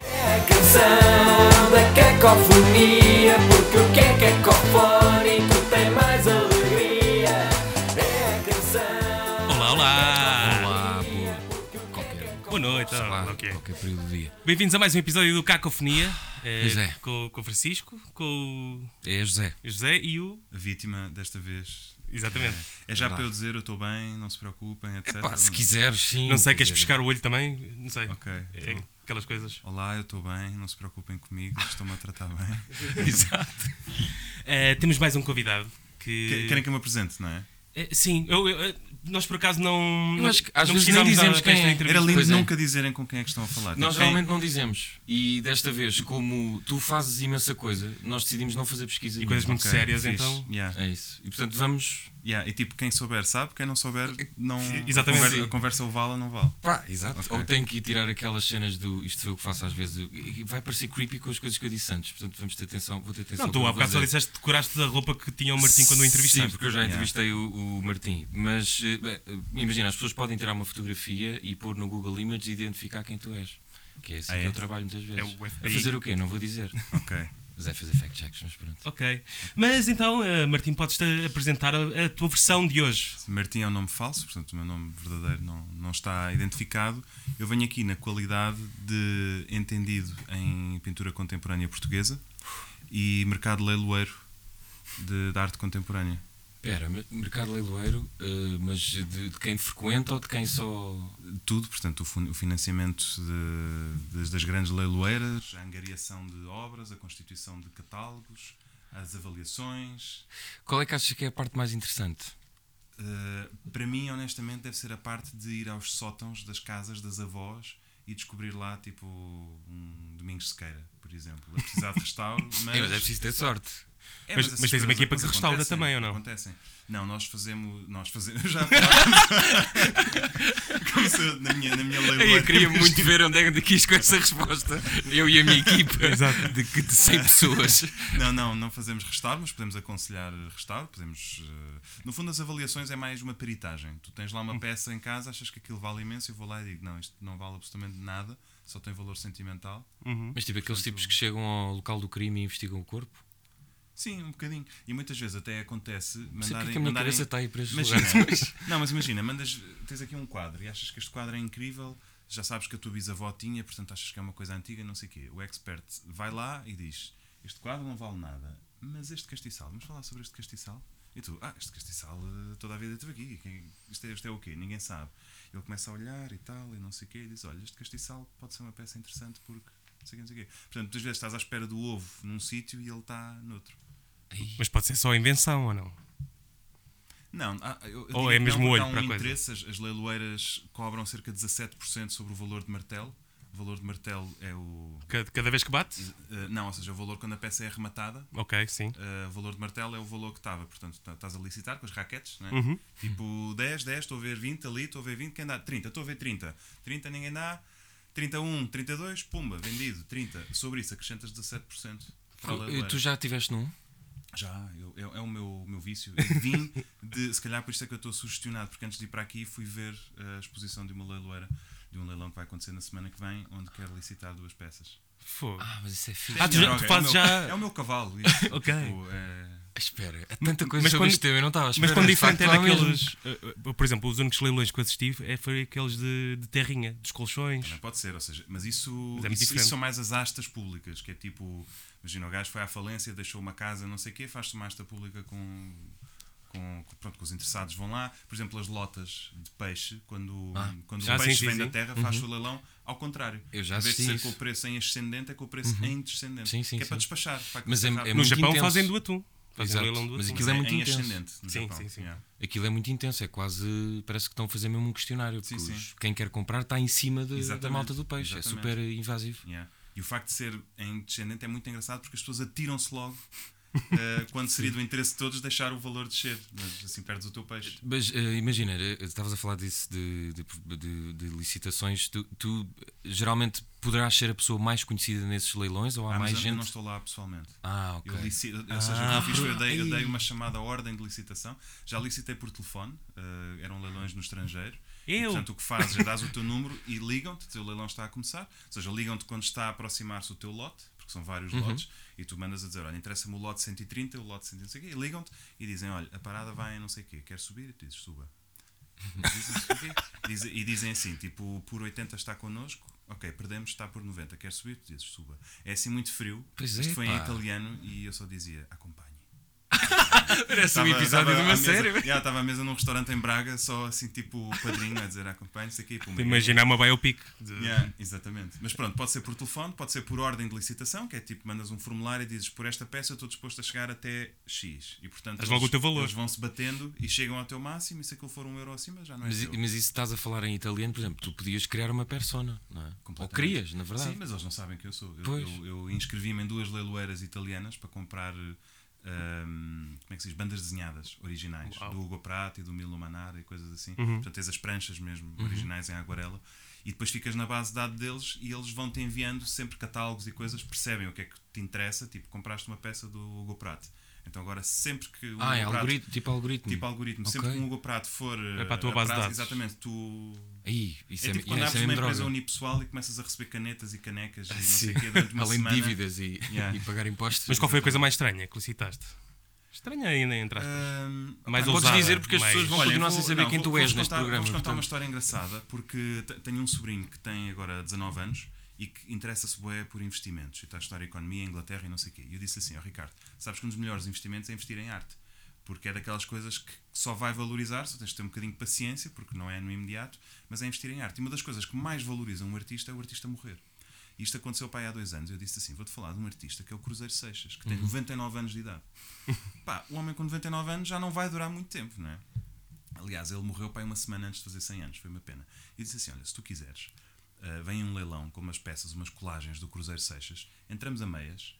É canção da cacofonia, porque o que é cacofónico tem mais alegria. É a canção. Olá, olá! Olá, boa, qualquer, Boa noite, sei lá, olá, Ah, ok. qualquer período do dia. Bem-vindos a mais um episódio do Cacofonia. eh, Pois é. Com, com o Francisco, com É José. o José e o. A vítima desta vez. Exatamente. É já Verdade. para eu dizer eu estou bem, não se preocupem, etc. Pá, se quiseres, sim. Não sei, quer queres dizer, pescar o olho também? Não sei. Ok. É então, aquelas coisas. Olá, eu estou bem, não se preocupem comigo, estão-me a tratar bem. Exato. Eh, temos mais um convidado que. Querem que eu me apresente, não é? Eh, sim, eu- eu- eh, nós por acaso não. Eu não- acho que às não vezes nem pesquisámos dizemos nada para esta quem é. entrevista. Era lindo Pois é. nunca dizerem com quem é que estão a falar. Nós Quem- realmente não dizemos. E desta vez, como tu fazes imensa coisa, nós decidimos não fazer pesquisa. E coisas muito Ok, sérias, fixe. então. Yeah, É isso. E portanto vamos. yeah, E tipo, quem souber sabe, quem não souber, não. Exatamente. A conversa, Sim. a conversa o vale ou não vale. Pá, exato. Ok. Ou tenho que ir tirar aquelas cenas do isto foi o que faço às vezes. E vai parecer creepy com as coisas que eu disse antes. Portanto, vamos ter atenção. Vou ter atenção. Não, ao tu que há eu vou bocado só dizer. disseste que decoraste a roupa que tinha o Martim quando o entrevistaste. Sim, porque eu já Yeah. entrevistei o, o Martim. Mas eh, bem, eh, imagina, as pessoas podem tirar uma fotografia e pôr no Google Images e identificar quem tu és. Que é assim Ah, que é? eu trabalho muitas vezes. É o A FBI. fazer o quê? Não vou dizer. Ok. Mas é fazer fact-checks, mas pronto. Ok. Mas então, eh, Martim, podes-te apresentar a, a tua versão de hoje. Martim é um nome falso, portanto o meu nome verdadeiro não, não está identificado. Eu venho aqui na qualidade de entendido em pintura contemporânea portuguesa e mercado leiloeiro de, da arte contemporânea. Espera, mer- mercado leiloeiro, eh, mas de, de quem frequenta ou de quem só. Tudo, portanto, o, fun- o financiamento de- das, das grandes leiloeiras, a angariação de obras, a constituição de catálogos, as avaliações. Qual é que achas que é a parte mais interessante? Uh, para mim, honestamente, deve ser a parte de ir aos sótãos das casas das avós e descobrir lá, tipo, um Domingos Sequeira, por exemplo. A precisar de restauro, mas. É, mas é preciso ter sorte. É, Mas- essas mas tens uma coisas equipa que restaura acontecem, também, ou não? Acontecem. Não, nós fazemos. Nós fazemos. Já falámos. Como se eu- na minha, na minha leiloeira- Eu queria muito ver onde é que quis com essa resposta. Eu e a minha equipa Exato. de, que- de 100 pessoas. Não, não, não fazemos restauro, mas podemos aconselhar restauro, podemos... eh, No fundo, as avaliações é mais uma peritagem. Tu tens lá uma peça em casa, achas que aquilo vale imenso, eu vou lá e digo, não, isto não vale absolutamente nada, só tem valor sentimental. Mas tipo aqueles tipos que chegam ao local do crime e investigam o corpo. Sim, um bocadinho. E muitas vezes até acontece Não sei mandarem... porque é que a minha mandarem- cabeça está aí para esses Imagina. lugares. Não, mas imagina, mandas, tens aqui um quadro e achas que este quadro é incrível, já sabes que a tua bisavó tinha, portanto achas que é uma coisa antiga, não sei o quê. O expert vai lá e diz: Este quadro não vale nada, mas este castiçal, vamos falar sobre este castiçal? E tu, ah, este castiçal eh, toda a vida esteve aqui, quem- isto é, isto é o quê? Ninguém sabe. Ele começa a olhar e tal, e não sei o quê, e diz: Olha, este castiçal pode ser uma peça interessante porque não sei o quê, não sei o quê. Portanto, muitas vezes estás à espera do ovo num sítio e ele está noutro. Mas pode ser só invenção ou não? Não, há- eu, eu Ou digo é que mesmo há um- o olho há um para a coisa? interesse, As, as leiloeiras cobram cerca de 17% sobre o valor de martelo. O valor de martelo é o. Cada, cada vez que bate? eh, não, ou seja, o valor quando a peça é arrematada. Ok, sim. eh, o valor de martelo é o valor que estava. Portanto, tá- estás a licitar com as raquetes, né? Uhum. Tipo 10, 10, estou a ver 20 ali, estou a ver 20, quem dá? 30, estou a ver 30. 30 ninguém dá. 31, 32, pumba, vendido, 30. Sobre isso acrescentas 17%. para a leiloeira. Tu já estiveste num? Já, eu- eu- é o meu, meu vício. Eu vim de. Se calhar por isso é que eu estou sugestionado, porque antes de ir para aqui fui ver a exposição de uma leiloeira, de um leilão que vai acontecer na semana que vem, onde quero licitar duas peças. Fogo. Ah, mas isso é fixe. Ah, tu já- tu Droga, fazes é o meu, já- É o meu cavalo. isto. Ok. Tipo, é- Ah, Espera, há tanta coisa Mas sobre quando- este tema, eu não estava à espera. Mas quando de diferente é facto, há mesmo. daqueles. eh, eh, Por exemplo, os únicos leilões que eu assisti é, foi aqueles de, de terrinha, dos colchões. Não pode ser, ou seja, mas isso, Mas é muito isso- isso, diferente. são mais as astas públicas, que é tipo, imagina, o gajo foi à falência, deixou uma casa, não sei o quê, faz-se uma asta pública com, com, com- pronto, com os interessados vão lá. Por exemplo, as lotas de peixe, quando, Ah. quando Ah, o sim, peixe sim, vem sim. da terra, faz o leilão ao contrário. Uhum. Eu já em vez de assisti ser isso. Uhum. com o preço em ascendente, é com o preço em descendente. Sim, sim, que é para sim. despachar. Para Mas é- é acabar rápido. No muito Japão intenso. fazem do atum. Fazem o Exato. leilão do atum. Mas aquilo é muito em intenso. ascendente. no Sim, Japão, sim, sim. yeah. Aquilo é muito intenso, é quase. Parece que estão a fazer mesmo um questionário. Porque Sim, os- quem quer comprar está em cima de- da Exatamente, malta do peixe. É exatamente. super invasivo. Yeah. E o facto de ser em descendente é muito engraçado porque as pessoas atiram-se logo eh, quando seria do interesse de todos deixar o valor descer, mas assim perdes o teu peixe. Mas eh, imagina, eh, estavas a falar disso de, de- de- de licitações. Tu, tu, eh, geralmente poderás ser a pessoa mais conhecida nesses leilões ou há Ah, mas mais eu gente? não estou lá pessoalmente. Ah, ok. Eu lici... Ou seja, o que Ah, eu fiz foi eu dei, eu ai. dei uma chamada à ordem de licitação. Já licitei por telefone, eh, eram leilões no estrangeiro. E, Eu? portanto, o que fazes é dás o teu número e ligam-te, o teu leilão está a começar. Ou seja, ligam-te quando está a aproximar-se o teu lote, porque são vários Uhum. lotes, e tu mandas a dizer: Olha, interessa-me o lote 130, o lote 100 não sei o quê, e ligam-te e dizem: Olha, a parada vai em não sei o quê, quer subir? E tu dizes: Suba. Dizem-se porquê? Dizem- e dizem assim: tipo, por 80 está connosco, ok, perdemos, está por 90, quer subir? Tu dizes: Suba. É assim muito frio. Pois Isto é, foi em pá. italiano e eu só dizia: Acompanhe. Parece um Estava- episódio estava de à uma mesa- série. Yeah, Estava à mesa num restaurante em Braga, só assim tipo o padrinho a dizer acompanhe isso aqui. é pum, Imaginar uma biopic. De... Yeah, exatamente. Mas pronto, pode ser por telefone, pode ser por ordem de licitação, que é tipo, mandas um formulário e dizes por esta peça eu estou disposto a chegar até X. E portanto Dás logo o teu valor. eles vão-se batendo e chegam ao teu máximo e se aquilo for um euro acima já não é Mas, teu. mas isso estás a falar em italiano, por exemplo, tu podias criar uma persona, não é? Ou Completamente. crias, na verdade. Sim, mas eles não sabem quem eu sou. Eu, Pois. eu- eu inscrevi-me em duas leiloeiras italianas para comprar ahm, como é que se diz? bandas desenhadas originais Uau. do Hugo Prato e do Milo Manara e coisas assim. Portanto, tens as pranchas mesmo originais em aguarela e depois ficas na base de dados deles e eles vão te enviando sempre catálogos e coisas, percebem o que é que te interessa. Tipo, compraste uma peça do Hugo Prato. Então agora sempre que o ah, é Hugo Prato- algoritmo, tipo algoritmo. Tipo algoritmo, sempre Ok. que um Hugo Prato for É para a tua eh, base de prazo, dados. exatamente, tu Aí, isso é é, tipo quando yeah, abres isso é mesmo uma empresa droga. Ah, unipessoal e começas a receber canetas e canecas e não Sim. sei o quê durante uma Além semana. de dívidas e, Yeah. e pagar impostos. Mas qual foi a coisa mais estranha que licitaste? Estranha ainda, entre Ah, aspas. Ahm, Mais opa, podes ousada, dizer porque as mais- pessoas vão- olha, continuar vou- sem saber não, quem vou- tu és vou-vos neste contar- programa, Vou-vos contar uma portanto. história engraçada porque te- tenho um sobrinho que tem agora 19 anos e que interessa-se bué por investimentos e está a estudar economia, Inglaterra e não sei o quê. E eu disse assim, ó Ricardo, sabes que um dos melhores investimentos é investir em arte. Porque é daquelas coisas que só vai valorizar, só tens de ter um bocadinho de paciência, porque não é no imediato, mas é investir em arte. E uma das coisas que mais valoriza um artista é o artista morrer. E Isto aconteceu para aí há dois anos. Eu disse assim: vou-te falar de um artista que é o Cruzeiro Seixas, que Uhum. tem 99 anos de idade. Pá, o homem com 99 anos já não vai durar muito tempo, não é? Aliás, ele morreu para aí uma semana antes de fazer 100 anos, foi uma pena. E disse assim: Olha, se tu quiseres, ah, vem um leilão com umas peças, umas colagens do Cruzeiro Seixas, entramos a meias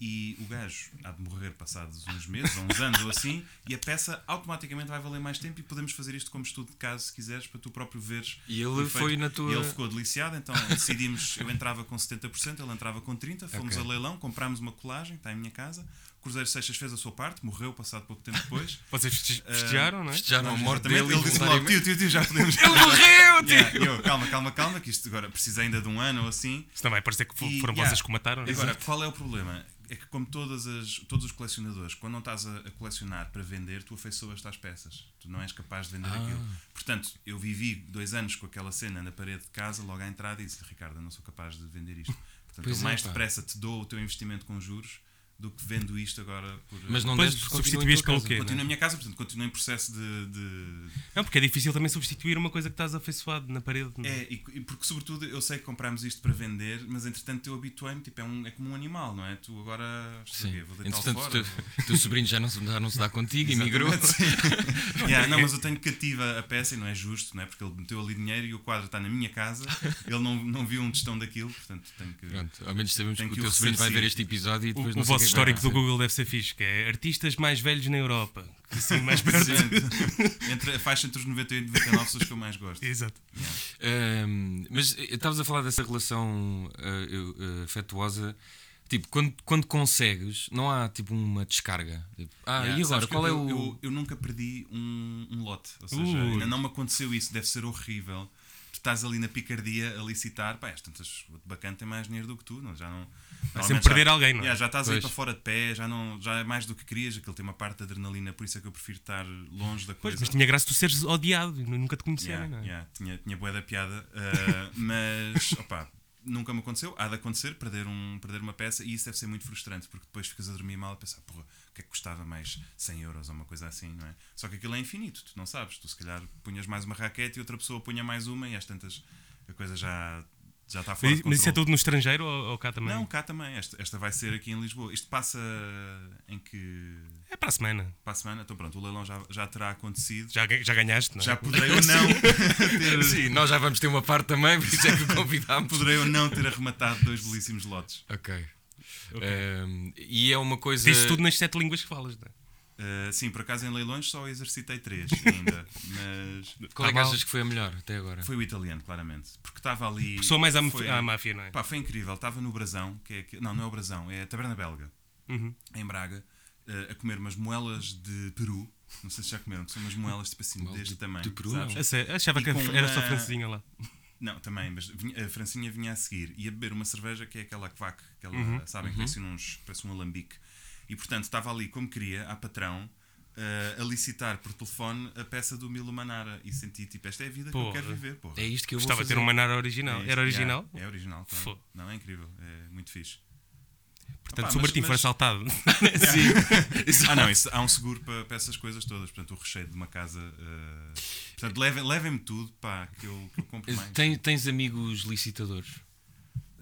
e o gajo há de morrer passados uns meses, ou uns anos ou assim, e a peça automaticamente vai valer mais tempo e podemos fazer isto como estudo de caso, se quiseres, para tu próprio veres. E ele o efeito. foi na tua- E ele ficou deliciado, então decidimos, eu entrava com 70%, ele entrava com 30%, fomos Ok. a leilão, comprámos uma colagem, está em minha casa. o Cruzeiro Seixas fez a sua parte, morreu passado pouco tempo depois. Vocês feste- ah, festejaram, não é? Já não a morte Exatamente, dele ele disse logo, involuntariamente. tio, tio, tio, já podemos. Ele morreu, tio! Yeah, e eu, calma, calma, calma, que isto agora precisa ainda de um ano ou assim. Senão vai parecer que fo- E, foram yeah. vocês que o mataram. não é? Agora, qual é o problema? É que, como todas as, todos os colecionadores, quando não estás a, a colecionar para vender, tu afeiçoas-te às peças. Tu não és capaz de vender Ah. aquilo. Portanto, eu vivi dois anos com aquela cena na parede de casa, logo à entrada, e disse: Ricardo, eu não sou capaz de vender isto. Portanto, Pois eu é, mais pá. depressa te dou o teu investimento com juros do que vendo isto agora por. Mas não Pois, deste porque continua substituías em tua pelo casa, quê? não é? Continuo na minha casa, portanto, continuo em processo de- de, Não, porque é difícil também substituir uma coisa que estás afeiçoado na parede. Uhum. não É, e, e porque sobretudo eu sei que comprámos isto para vender, mas entretanto eu habituei-me, tipo, é, um, é como um animal, não é? Tu agora sei Sim. o quê, vou deitar Entretanto, fora. o teu, o teu sobrinho já não, se- já não se dá contigo, emigrou. vou- Yeah, não, mas eu tenho cativa a peça e não é justo, não é? Porque ele meteu ali dinheiro e o quadro está na minha casa, ele não, não viu um testão daquilo, portanto tenho que. Pronto, ao menos sabemos Tem que o que teu o sobrinho vai ver ressarcir. este episódio e O, depois o não sei vosso que é que vai histórico do acontecer. Google deve ser fixe, que é artistas mais velhos na Europa. Que assim, mais perto. Gente, entre, a faixa entre os 98 e 99 são os que eu mais gosto. Exato. Ahm, mas eh, estavas a falar dessa relação ah, eu, ah, afetuosa. Tipo, quando, quando consegues, não há tipo uma descarga. Tipo, ah, Yeah, e sabes agora? que Qual é eu, o. Eu, eu nunca perdi um, um lote. Ou seja, Ui. ainda não me aconteceu isso. Deve ser horrível. Tu estás ali na picardia a licitar. Pá, és tantas, o outro bacana tem mais dinheiro do que tu. Não, já não, Vai normalmente sempre perder já, alguém, não é? Yeah, já estás aí Pois. para fora de pé. Já, não, já é mais do que querias. Aquilo tem uma parte de adrenalina. Por isso é que eu prefiro estar longe da Pois, coisa. mas tinha graça tu seres odiado, nu- nunca te conheceram, Yeah, não é? yeah, tinha, tinha boa da piada, ah, mas opá, nunca me aconteceu. Há de acontecer perder, um, perder uma peça e isso deve ser muito frustrante porque depois ficas a dormir mal a pensar, porra, o que é que custava mais 100 euros ou uma coisa assim, não é? Só que aquilo é infinito, tu não sabes. Tu se calhar punhas mais uma raquete e outra pessoa punha mais uma e às tantas a coisa já, já está fora. Mas, de mas isso é controle. tudo no estrangeiro ou, ou cá também? Não, cá também. Esta, esta vai ser aqui em Lisboa. Isto passa em que. É para a semana. para a semana? Então pronto, o leilão já, já terá acontecido. Já, ga- já ganhaste, não é? Já poderei ou não ter, Sim, nós já vamos ter uma parte também, por isso é que o convidámos. poderei ou não ter arrematado dois belíssimos lotes. Ok. Ok. Um, e é uma coisa. eh, Disse tudo nas sete línguas que falas, não é? Uh, sim, por acaso em leilões só exercitei três ainda, mas Qual é que Tá mal. achas que foi a melhor até agora? foi o italiano, claramente, porque estava ali. Sou é? mais à, foi- foi... à máfia, não é? Pá, foi incrível. Estava no Brasão, que é aqui- não, não é o Brasão, é a Taberna Belga, Uhum. em Braga, eh, a comer umas moelas de Peru. Não sei se já comeram, que são umas moelas tipo assim, Moelas deste de- tamanho. de Peru, sabes? A sério, achava E que com era só uma- francesinha lá. Não, também, mas vinha- a Francinha vinha a seguir. Ia beber uma cerveja que é aquela Quack, aquela, Uhum, sabem, que parece, uns, parece um alambique. E portanto estava ali, como queria, à patrão, eh, a licitar por telefone a peça do Milo Manara. E senti tipo, esta é a vida que eu Porra. quero viver, porra. É isto que eu vou Gostava de ter fazer. um Manara original. É isto, era original? yeah, É, original, claro. Fo- Não, é incrível, é muito fixe. Portanto, Opa, se o mas- Martim for mas- assaltado, Ah, não, isso- há um seguro para, para essas coisas todas. Portanto, o recheio de uma casa. eh, portanto, levem- levem-me tudo, pá, que eu, que eu compro mais. Eh, Tem- tens amigos licitadores?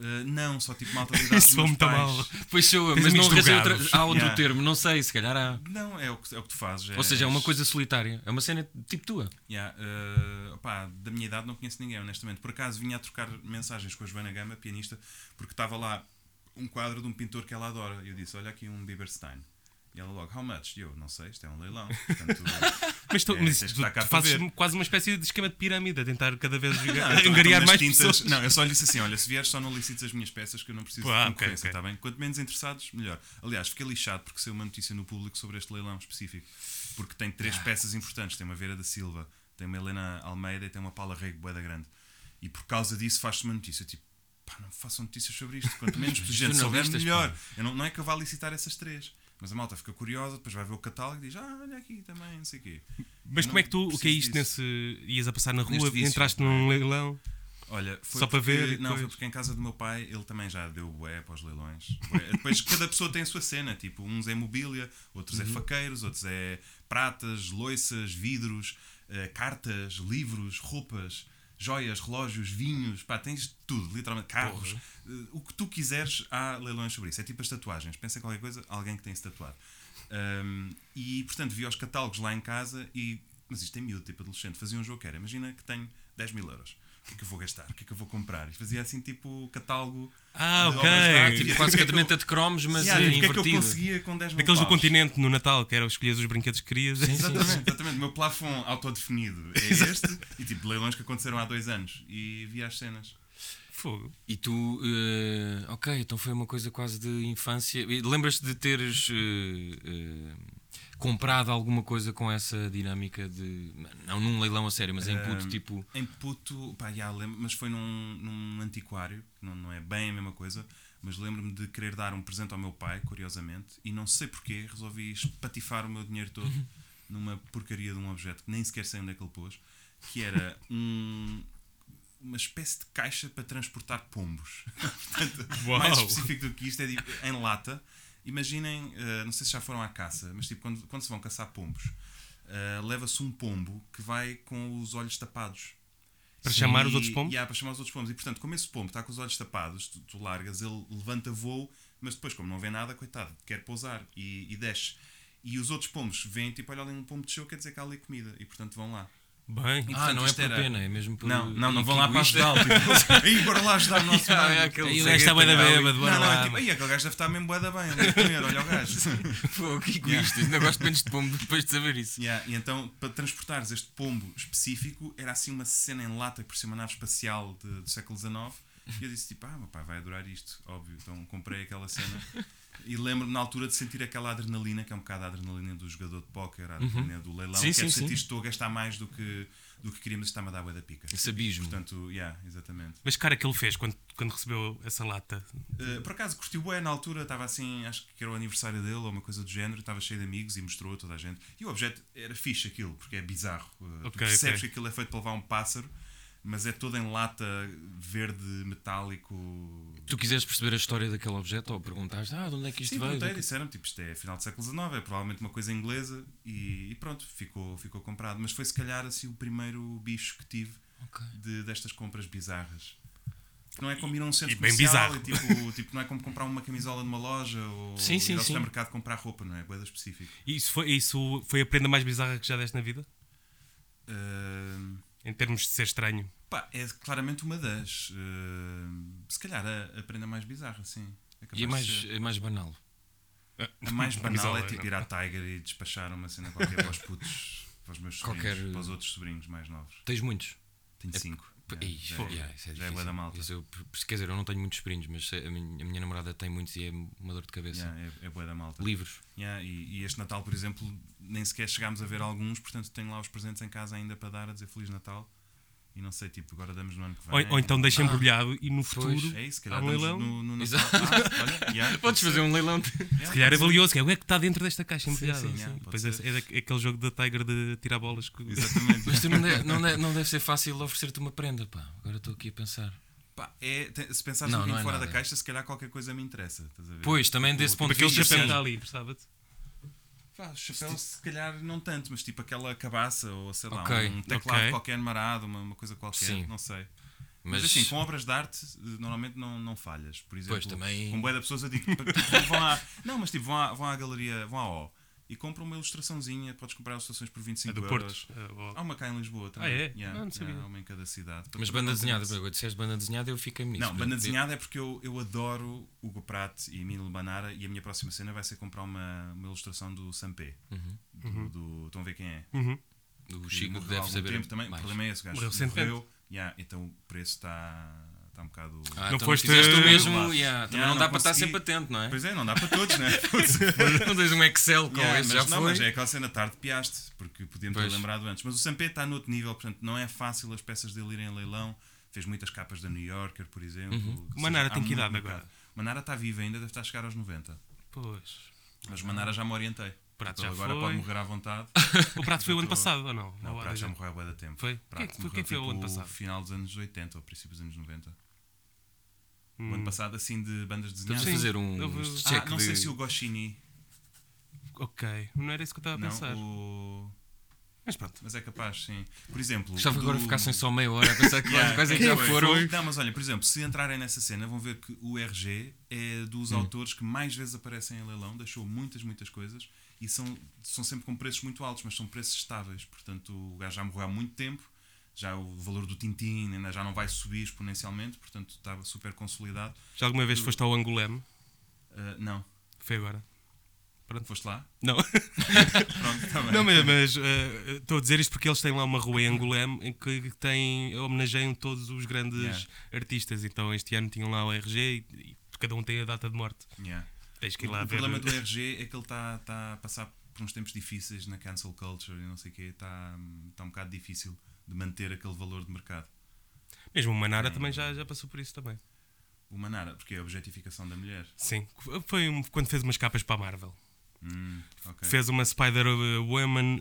Eh, não, só tipo malta de idade Isso dos foi meus muito pais. mal. Pois sou, Tens mas não amigos arranjei outra... drogados. há outro Yeah. termo, não sei, se calhar há. Não, é o que, é o que tu fazes. Ou seja, é uma és- coisa solitária, é uma cena tipo tua. Yeah, eh, opá, da minha idade não conheço ninguém, honestamente. Por acaso vinha a trocar mensagens com a Joana Gama, pianista, porque estava lá um quadro de um pintor que ela adora. E eu disse: Olha aqui um Bieberstein. E ela logo: How much? E eu: Não sei, isto é um leilão. Portanto, mas tu, É, mas tens que tu- estar cá tu para fazes ver. quase uma espécie de esquema de pirâmide, a tentar cada vez Não, jogar- eu tô- angariar tô nas mais tintas- pessoas. Não, eu só lhe disse assim: olha, se vieres só não licites as minhas peças que eu não preciso Pá, de ok, concorrência, ok. está bem? Quanto menos interessados, melhor. Aliás, fiquei lixado porque saiu uma notícia no público sobre este leilão específico. Porque tem três Ah. peças importantes: tem uma Vera da Silva, tem uma Helena Almeida e tem uma Paula Rego Boeda Grande. E por causa disso faz-se uma notícia tipo. Pá, não façam notícias sobre isto. Quanto menos gente souber, Jornalistas, melhor. pá. Eu não, não é que eu vá licitar essas três. Mas a malta fica curiosa, depois vai ver o catálogo e diz: Ah, olha aqui também, não sei o quê. Mas Não como é que tu, o que é preciso isto disso. nesse. ias a passar na Neste rua, vício, entraste num leilão? Olha, foi Só para porque- ver e Não, foi depois- porque em casa do meu pai ele também já deu bué para os leilões. Bué. Depois cada pessoa tem a sua cena, tipo, uns é mobília, outros Uhum. é faqueiros, outros é pratas, loiças, vidros, eh, cartas, livros, roupas, joias, relógios, vinhos, pá, tens tudo, literalmente, carros. Eh, o que tu quiseres, há leilões sobre isso. É tipo as tatuagens. Pensa em qualquer coisa, alguém que tem-se tatuado. Um, e portanto vi os catálogos lá em casa e. Mas isto é miúdo, tipo adolescente, fazia um jogo que era. Imagina que tenho 10 mil euros. O que é que eu vou gastar? O que é que eu vou comprar? E fazia assim tipo catálogo. Ah, de ok. obras de arte. Tipo, E quase o que é que eu- caderneta de cromos, mas Yeah, eh, e o que é que eu invertida. conseguia com 10 mil Daqueles do paus? continente no Natal, que era escolhias os brinquedos que querias. Exatamente, exatamente. O meu plafond autodefinido é este e tipo leilões que aconteceram há dois anos. E vi as cenas. Fogo. E tu, eh, ok, então foi uma coisa quase de infância. E Lembras-te de teres eh, eh, comprado alguma coisa com essa dinâmica de. Não num leilão a sério, mas em puto, Ah, tipo. Em puto, pá, já lembro, mas foi num, num antiquário, que não, não é bem a mesma coisa, mas lembro-me de querer dar um presente ao meu pai, curiosamente, e não sei porquê, resolvi espatifar o meu dinheiro todo Uhum. numa porcaria de um objeto que nem sequer sei onde é que ele pôs, que era um, uma espécie de caixa para transportar pombos. Portanto, Uau. mais específico do que isto é de- em lata. Imaginem, eh, não sei se já foram à caça, mas tipo quando, quando se vão caçar pombos, eh, leva-se um pombo que vai com os olhos tapados. Para Sim. chamar os E- outros pombos? yeah, para chamar os outros pombos. E portanto, como esse pombo está com os olhos tapados, tu, tu largas, ele levanta voo, mas depois, como não vê nada, coitado, quer pousar e, e desce. E os outros pombos vêm, tipo, olha ali um pombo desceu, quer dizer que há ali comida. E portanto vão lá. Bem. E, Ah, portanto, não é isto por era- pena, é mesmo por. Não, não, não e vão lá que para isto- ajudá-lo. Tipo, aí, bora lá ajudar o nosso Ah, mano. é aquele Aí o gajo cegueta está bué da que há ali. bêbado, bora Não, não, lá, é tipo, mano. aí aquele gajo deve estar mesmo bué da bem, ali a comer, olha o gajo. Pô, que egoísta, ainda gosto menos de pombo depois de saber isso. Yeah, e então, para transportares este pombo específico, era assim uma cena em lata que parecia uma nave espacial de- do século XIX. E eu disse tipo, ah, meu pai vai adorar isto, óbvio. Então comprei aquela cena. E lembro-me na altura de sentir aquela adrenalina, que é um bocado a adrenalina do jogador de póquer, a adrenalina do leilão, Sim, que é sim, de sim. sentir estou a gastar mais do que, do que queríamos, está-me a dar bué da pica. Esse abismo. Portanto, yeah, exatamente. Mas cara é que ele fez quando, quando recebeu essa lata. Uh, por acaso curtiu bué na altura, estava assim, acho que era o aniversário dele ou uma coisa do género, estava cheio de amigos e mostrou a toda a gente. E o objeto era fixe aquilo, porque é bizarro. Uh, tu Ok, percebes ok. que aquilo é feito para levar um pássaro, mas é todo em lata verde metálico. Tu quiseres perceber a história daquele objeto ou perguntaste, ah, de onde é que isto Sim, veio? perguntei, disseram tipo, isto é final do século XIX, é provavelmente uma coisa inglesa e, e pronto, ficou, ficou comprado. Mas foi se calhar assim o primeiro bicho que tive Ok. de- destas compras bizarras. Que não é como ir a um centro e bem comercial bizarro. e, tipo, tipo, não é como comprar uma camisola numa loja ou Sim, sim, ir ao sim. supermercado comprar roupa, não é? Boeda específica. E Isso foi, isso foi a prenda mais bizarra que já deste na vida? Ahm, Em termos de ser estranho. ah, pá, é claramente uma das. ahm, se calhar a, a prenda mais bizarra, sim. É capaz E é de mais, ser. é mais banal. A mais banal é Mas, tipo ir à Tiger e despachar uma cena qualquer para os putos, para os meus sobrinhos, Qualquer- para os outros sobrinhos mais novos. Tens muitos. Tenho É- cinco. P- É, Ih, já fogo. é- Yeah, isso é já é bué difícil. da malta. Isso eu- quer dizer, eu não tenho muitos primos, mas sei- a minha, a minha namorada tem muitos e é uma dor de cabeça. Yeah, é, é bué da malta. Livros. Yeah, e, e este Natal, por exemplo, nem sequer chegámos a ver alguns, portanto tenho lá os presentes em casa ainda para dar, a dizer Feliz Natal. E não sei, tipo, agora damos no ano que Ou, vem. ou então deixa Ah. embrulhado e no futuro, Pois. É isso, se calhar Há um damos leilão? no, no Natal. Exato. Ah, olha, yeah, pode Podes ser. fazer um leilão. de- se calhar é valioso, que é o que é que está dentro desta caixa Sim, embrulhada. sim, assim. yeah, pode Pois é, ser. é da- é aquele jogo da Tiger de tirar bolas que Exatamente. Mas tu não deve, não deve, não deve ser fácil oferecer-te uma prenda, pá. Agora estou aqui a pensar. Pá, é, te- se pensares Não, um bocadinho não é fora nada. da caixa, se calhar qualquer coisa me interessa. Estás a ver? Tipo, Pois, também desse ponto de aquele vista. chapéu que sim. está tá ali, percebe-te? Pá, o chapéu, se calhar não tanto, mas tipo aquela cabaça ou sei lá, Ok, um teclado ok. qualquer marado, uma, uma coisa qualquer, Sim. não sei. Mas, Mas, assim, com obras de arte, eh, normalmente não, não falhas. Por exemplo, Pois, também- com boia de pessoas eu digo, tipo, vão à, não, mas tipo, vão à, vão à galeria, vão à O e compram uma ilustraçãozinha, podes comprar ilustrações por 25 É do euros. Porto. Ah, ó. Há uma cá em Lisboa também. Ah, é? Yeah, Ah, não sabia. yeah, há uma em cada cidade. mas Para- banda para- desenhada, pá, agora disseste banda desenhada, eu fiquei nisso. Não, banda desenhada é porque eu, eu adoro Hugo Pratt e Emílio Banara e a minha próxima cena vai ser comprar uma, uma ilustração do Sampé. Do, Uhum. do- estão a ver quem é? O Que Uhum. Chico morreu há deve algum saber. tempo também. mais. O problema é esse o gajo. Morreu recentemente. yeah, então o preço está está um bocado. Ah, Não então foste- fizeste o mesmo. Não, yeah, também não não dá para estar consegui. sempre atento, não é? Pois é, não dá para todos, né? Não tens um Excel com Yeah, esse, mas já não, foi. mas é aquela cena tarde piaste, porque podíamos ter Pois. lembrado antes. Mas o Sampé está no outro nível, portanto não é fácil as peças dele irem a leilão. Fez muitas capas da New Yorker, por exemplo. Uhum. Ou seja, Manara há tem que muito idade mercado. agora? Manara está viva ainda, deve estar a chegar aos 90. Pois. Mas Manara já me orientei. Ah. Prato já Então agora foi. pode morrer à vontade. O prato foi o ano Tô- passado ou não? Não, Ou o há Prato dois já anos? morreu há bué da tempo. Foi? Prato Quem é que- morreu, quem é que foi o tipo, ano passado? final dos anos 80 ou princípio dos anos 90. Hum. O ano passado, assim, de bandas Vamos desenhadas. Sim. fazer um Eu vou- check Ah, não de... sei se o Goshini. Ok, não era isso que eu estava a Não, pensar. o... Mas pronto. Mas é capaz, sim. Por exemplo. Gostava o agora do- ficassem só meia hora a pensar que Yeah, quais é que quem já foi? foram. Foi- Não, mas olha, por exemplo, se entrarem nessa cena, vão ver que o RG é Hum. dos autores que mais vezes aparecem em leilão, deixou muitas, muitas coisas e são, são sempre com preços muito altos, mas são preços estáveis. Portanto, o gajo já morreu há muito tempo, já o valor do Tintin ainda já não vai subir exponencialmente, portanto, estava super consolidado. Já alguma vez foste ao Angoleme? Ah, não, Foi agora. foste lá? Não. Pronto, está bem. Não, mas- mas eh, estou a dizer isto porque eles têm lá uma rua em Angolém em que que tem, homenageiam todos os grandes Yeah. artistas. Então este ano tinham lá o RG e, e cada um tem a data de morte. Yeah. Tens que ir lá o ver. problema do RG é que ele está tá a passar por uns tempos difíceis na cancel culture e não sei o quê. Está tá um bocado difícil de manter aquele valor de mercado. Mesmo o Manara É. também já, já passou por isso também. O Manara, porque é a objetificação da mulher. Sim. Foi um- quando fez umas capas para a Marvel. Hum, ok. Fez uma Spider-Woman. eh,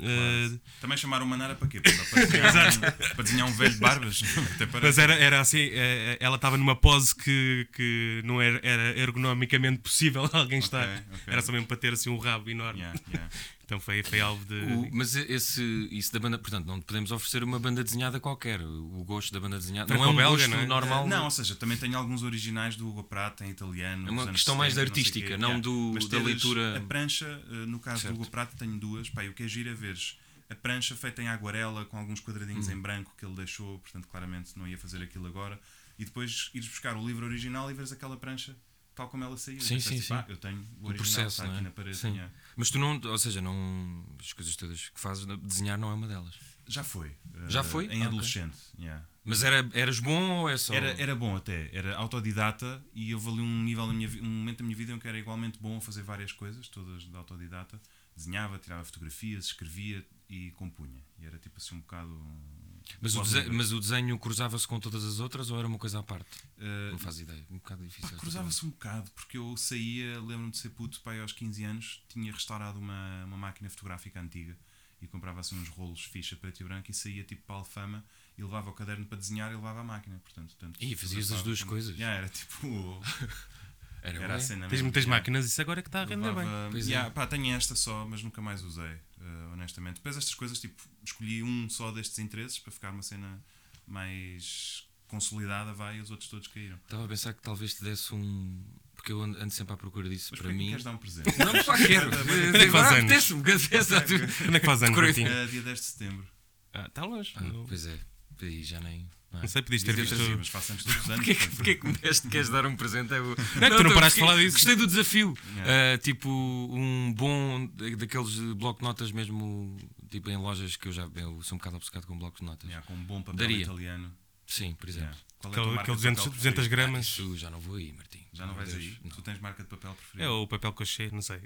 Claro. Também chamaram o Manara para quê? Para, para desenhar, um, para desenhar um velho de barbas? Até mas parece. era, era assim, eh, ela estava numa pose que, que não era, era ergonomicamente possível alguém estar. ok. Era só mesmo para ter assim um rabo enorme. Yeah, yeah. Então foi, foi alvo de. O- Eh, mas esse, isso da banda, portanto, não podemos oferecer uma banda desenhada qualquer. O gosto da banda desenhada não é um Franco-belga, gosto não é? normal. Eh, Não, ou seja, também tenho alguns originais do Hugo Pratt em italiano. É uma dos anos questão mais 70, da sei o quê, artística, não do- Mas da teres leitura. A prancha, eh, no caso Certo. do Hugo Pratt, tenho duas. Pá, e o que é giro é veres a prancha feita em aguarela com alguns quadradinhos Uhum. em branco que ele deixou, portanto, claramente não ia fazer aquilo agora. E depois ires buscar o livro original e veres aquela prancha tal como ela saiu. E Sim, pensas, sim, tipo, sim. "Ah, eu tenho o O original processo, está não aqui é? na parede. Sim. yeah. Mas tu não, ou seja, não, as coisas todas que fazes, desenhar não é uma delas. Já foi. eh, Já foi? Em Ah, ok. adolescente. yeah. Mas era, eras bom ou é só. Era, era bom até, era autodidata e houve ali um nível na minha vi- um momento da minha vida em que era igualmente bom a fazer várias coisas, todas de autodidata. Desenhava, tirava fotografias, escrevia e compunha. E era tipo assim um bocado. mas, o Pode- desenho, mas o desenho cruzava-se com todas as outras ou era uma coisa à parte? eh, Não faz ideia. Um bocado difícil. pá, esta cruzava-se um bocado, porque eu saía, lembro-me de ser puto, pai, aos 15 anos, tinha restaurado uma, uma máquina fotográfica antiga e comprava assim uns rolos ficha preto e branco e saía tipo para a Alfama e levava o caderno para desenhar e levava a máquina. Portanto, tanto Ih, fazias as duas coisas. Já, era tipo. pergunta. Era, Era a bué. cena Tens mesmo, muitas já. máquinas, isso agora é que está a render bem. Levava- Pois é. Yeah, pá, tenho esta só, mas nunca mais usei, eh, honestamente. Depois estas coisas, tipo, escolhi um só destes interesses para ficar uma cena mais consolidada, vai, e os outros todos caíram. Estava a pensar que talvez te desse um. Porque eu ando, ando sempre à procura disso Mas para para mim mim. queres um dar um presente? Não, não quero. é que faz Agora anos? um apetece-me, apetece-me. Quando é que faz anos, Decorei. Martim? Eh, dia 10 de setembro. Ah, Está longe. Ah, não- Pois é. Aí já nem. é? Não sei, podias ter Devia visto- sido. Mas faço antes dos anos. Porquê que, portanto, porquê que me deste que queres dar um presente? É o... Não, não tô- paraste de fiquei- falar disso. Gostei do desafio. Yeah. Ah, tipo, um bom da- daqueles de bloco de notas mesmo, tipo em lojas que eu já eu sou um bocado obcecado com blocos de notas. yeah, com um bom papel Daria. italiano. Sim, por exemplo. Yeah. Qual é a tua Aquele, marca aquele de papel Ah, 200, preferida? 200 gramas. Isso já não vou aí, Martim. Já não Meu vais Deus, aí? não. Tu tens marca de papel preferida? É o papel cochê, não sei.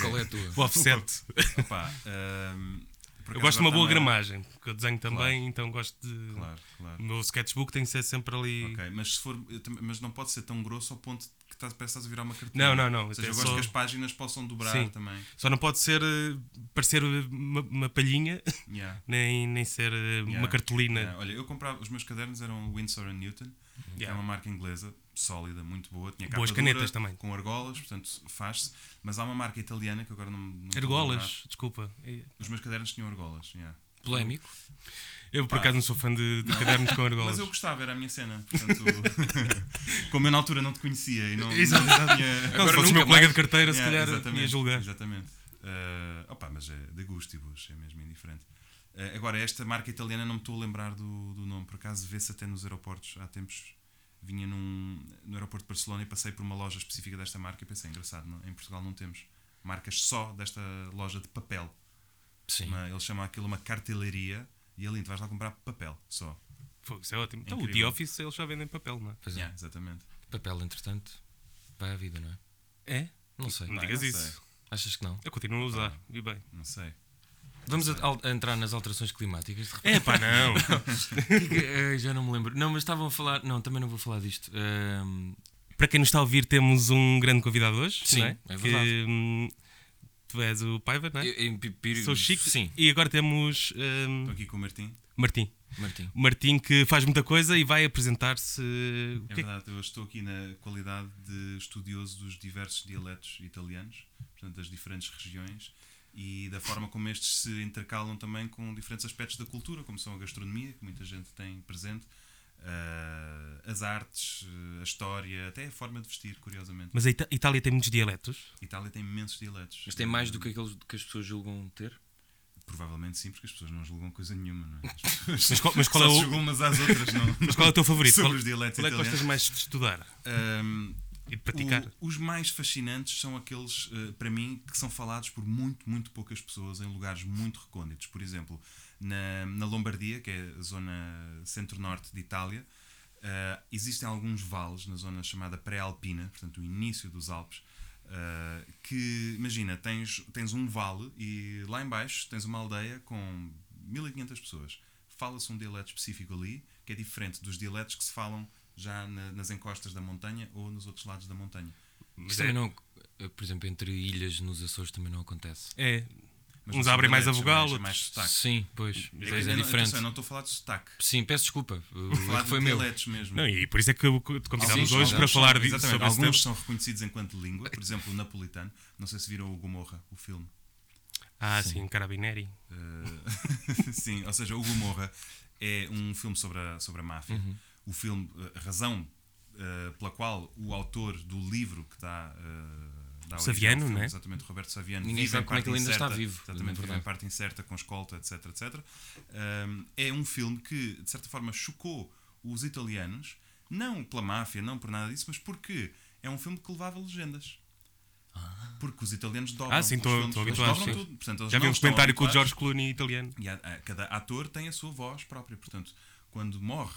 Qual é a tua? O offset. Opá, hum, por Eu acaso gosto de uma agora boa também- é. gramagem, porque eu desenho também, então gosto de. Claro, claro. O meu sketchbook tem que ser sempre ali. Ok, mas, se for, eu tam- mas não pode ser tão grosso ao ponto de que tá, parece que estás a virar uma cartinha. Não, não, não, Ou seja, eu até gosto só- que as páginas possam dobrar Sim. também. Só não pode ser eh, parecer eh, uma, uma palhinha, Yeah, nem, nem ser eh, yeah, uma cartolina. yeah. Olha, eu comprava, os meus cadernos eram Winsor Newton, que é Yeah. uma marca inglesa sólida, muito boa. Tinha Boas capa dura, canetas também. Com argolas, portanto faz-se. Mas há uma marca italiana que agora não, não estou a lembrar. Argolas, desculpa. Os meus cadernos tinham argolas. yeah. Polémico. Eu por Pá. acaso não sou fã de, de cadernos com argolas. Mas eu gostava, era a minha cena. Portanto, como eu na altura não te conhecia e não, não Exato. tinha. Não, se Agora fosse o nunca meu colega mais. de carteira, se Yeah, calhar ia É, exatamente, julgar. Exatamente. Ah, opa, mas é de gustibus, é mesmo indiferente. Ah, agora, esta marca italiana não me estou a lembrar do, do nome, por acaso vê-se até nos aeroportos. Há tempos vinha num, no aeroporto de Barcelona e passei por uma loja específica desta marca e pensei, engraçado, não- em Portugal não temos marcas só desta loja de papel. Sim. Uma, eles chamam aquilo uma cartelaria e ali tu vais lá comprar papel só. Fogo, isso é ótimo. Então o The Incrível. Office eles já vendem papel, não é? Pois é. Yeah, exatamente. Papel, entretanto, vai à vida, não é? É? Não sei. Não digas não isso. sei. Ah. Achas que não? Eu continuo a usar. E bem. Não sei. Vamos a- al- a entrar nas alterações climáticas de repente. É pá, não. Que que- eh, já não me lembro. Não, mas estavam a falar. Não, também não vou falar disto. Ahm, Para quem nos está a ouvir, temos um grande convidado hoje. Sim, não é Que, verdade. hum, tu és o Paiva, não é? eu- em Pipir- Sou chique. Sim, E agora temos hum, Estou aqui com o Martim. Martim. Martim. Martim que faz muita coisa e vai apresentar-se. O É que é que- verdade, eu estou aqui na qualidade de estudioso dos diversos dialetos italianos, portanto, das diferentes regiões e da forma como estes se intercalam também com diferentes aspectos da cultura, como são a gastronomia, que muita gente tem presente, ah, as artes, ah, a história, até a forma de vestir, curiosamente. Mas a Ita- Itália tem muitos dialetos. Itália tem imensos dialetos. Mas tem mais do que aqueles que as pessoas julgam ter? Provavelmente sim, porque as pessoas não julgam coisa nenhuma, não é? As pessoas Mas qual, mas qual só é, se o, julgam umas às outras, não. mas qual é o teu favorito? Qual, Sobre os dialetos qual é que gostas italianos. mais de estudar Ah, e de praticar? O- os mais fascinantes são aqueles, eh, para mim, que são falados por muito, muito poucas pessoas em lugares muito recônditos. Por exemplo, na, na Lombardia, que é a zona centro-norte de Itália, eh, existem alguns vales na zona chamada pré-alpina, portanto, o início dos Alpes. eh, que imagina, tens, tens um vale e lá embaixo tens uma aldeia com 1500 pessoas. Fala-se um dialeto específico ali que é diferente dos dialetos que se falam já na- nas encostas da montanha ou nos outros lados da montanha. Mas também não. eh, Por exemplo, entre ilhas nos Açores também não acontece. É. Mas Uns não são abrem mais a dialetos, é vogal, mais- é mais outros. sotaque. Sim, pois. É que Pois é eu não- diferente. atenção, eu não estou a falar de sotaque. Estou Sim, peço desculpa. O a falar erro de foi meu. dialetos mesmo. Não, e por isso é que eu te convidamos Alguns- hoje para alguns falar são, disso exatamente, sobre esse Alguns tema. são reconhecidos enquanto língua, por exemplo, o napolitano. Não sei se viram o Gomorra, o filme. Ah, sim, Carabineri. Eh, sim, ou seja, o Gomorra é um filme sobre a, sobre a máfia. Uhum. O filme, eh, a razão eh, pela qual o autor do livro que dá. eh, dá origem ao Saviano, filme, não é? Exatamente, Roberto Saviano. Ninguém vive sabe em como é parte que ele ainda está incerta, vivo, na Exatamente, vive em verdade. parte incerta, com escolta, etc, etc. Um, é um filme que, de certa forma, chocou os italianos, não pela máfia, não por nada disso, mas porque é um filme que levava legendas. Porque os italianos dobram Ah, sim, os estou- filmes, estou eles habituado, dobram sim. tudo. Portanto, eles Já vi não um estão comentário com o habituados. George Clooney italiano. E a- a- cada ator tem a sua voz própria. Portanto, quando morre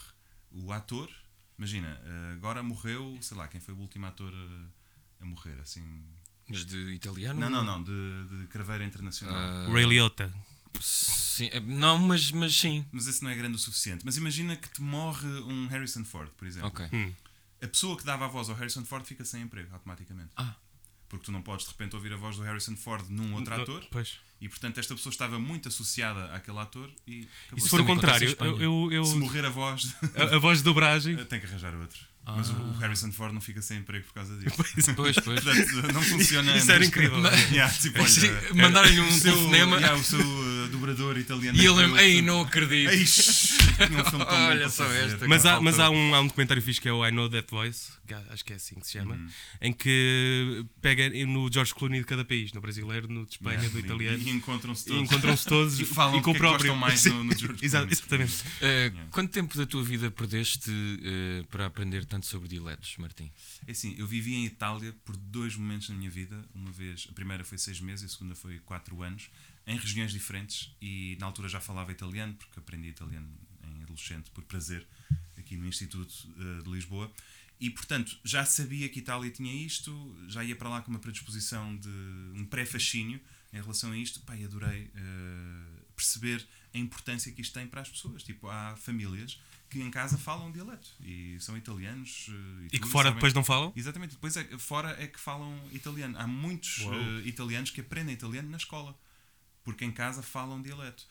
o ator, imagina, eh, agora morreu, sei lá, quem foi o último ator eh, a morrer, assim. Mas de italiano? Não, não, não, de, de Craveira Internacional. Ah, Ray Liotta. sim, eh, não, mas, mas sim. Mas esse não é grande o suficiente. Mas imagina que te morre um Harrison Ford, por exemplo. Ok. A pessoa que dava a voz ao Harrison Ford fica sem emprego automaticamente. Ah. Porque tu não podes de repente ouvir a voz do Harrison Ford num outro ator. Pois. E portanto esta pessoa estava muito associada àquele ator e acabou. E se Isso for o também acontece contrário, em Espanha. eu, eu- eu- Se morrer a voz, É, a, a voz de dobragem. tem que arranjar outro. Ah. Mas o, o Harrison Ford não fica sem emprego por causa disso. Pois, pois. Portanto, não funciona. Isso era mas- incrível. É assim, Yeah, tipo, olha, Mandaram-lhe o um seu, telefonema yeah, o seu uh, dobrador italiano. e ele lembra, foi- ei, não acredito. Ei, shh, tinha um filme tão bom Olha para só fazer. esta. Mas, há, Faltou. mas há, um, há um documentário fixe que é o I Know That Voice, que há- acho que é assim que se chama, Uhum. em que pega no George Clooney de cada país, no brasileiro, no de Espanha, Yeah, do e- italiano. E encontram-se E todos. encontram-se todos E falam e com do o que é que próprio. gostam mais no- no George Exa- Clooney. exatamente. Uh, Quanto tempo da tua vida perdeste uh, para aprender tanto sobre diletos, Martim? É assim, eu vivi em Itália por dois momentos na minha vida. Uma vez, a primeira foi seis meses e a segunda foi quatro anos, em regiões diferentes. E na altura já falava italiano, porque aprendi italiano em adolescente por prazer, aqui no Instituto eh, de Lisboa. E portanto, já sabia que Itália tinha isto, já ia para lá com uma predisposição de um pré-fascínio em relação a isto. Pai, adorei eh, perceber a importância que isto tem para as pessoas. Tipo, há famílias que em casa falam um dialeto e são italianos eh, E que tudo, fora sabem- depois não falam? Exatamente, depois é, fora é que falam italiano. Há muitos Uau. eh, italianos que aprendem italiano na escola, porque em casa falam dialeto.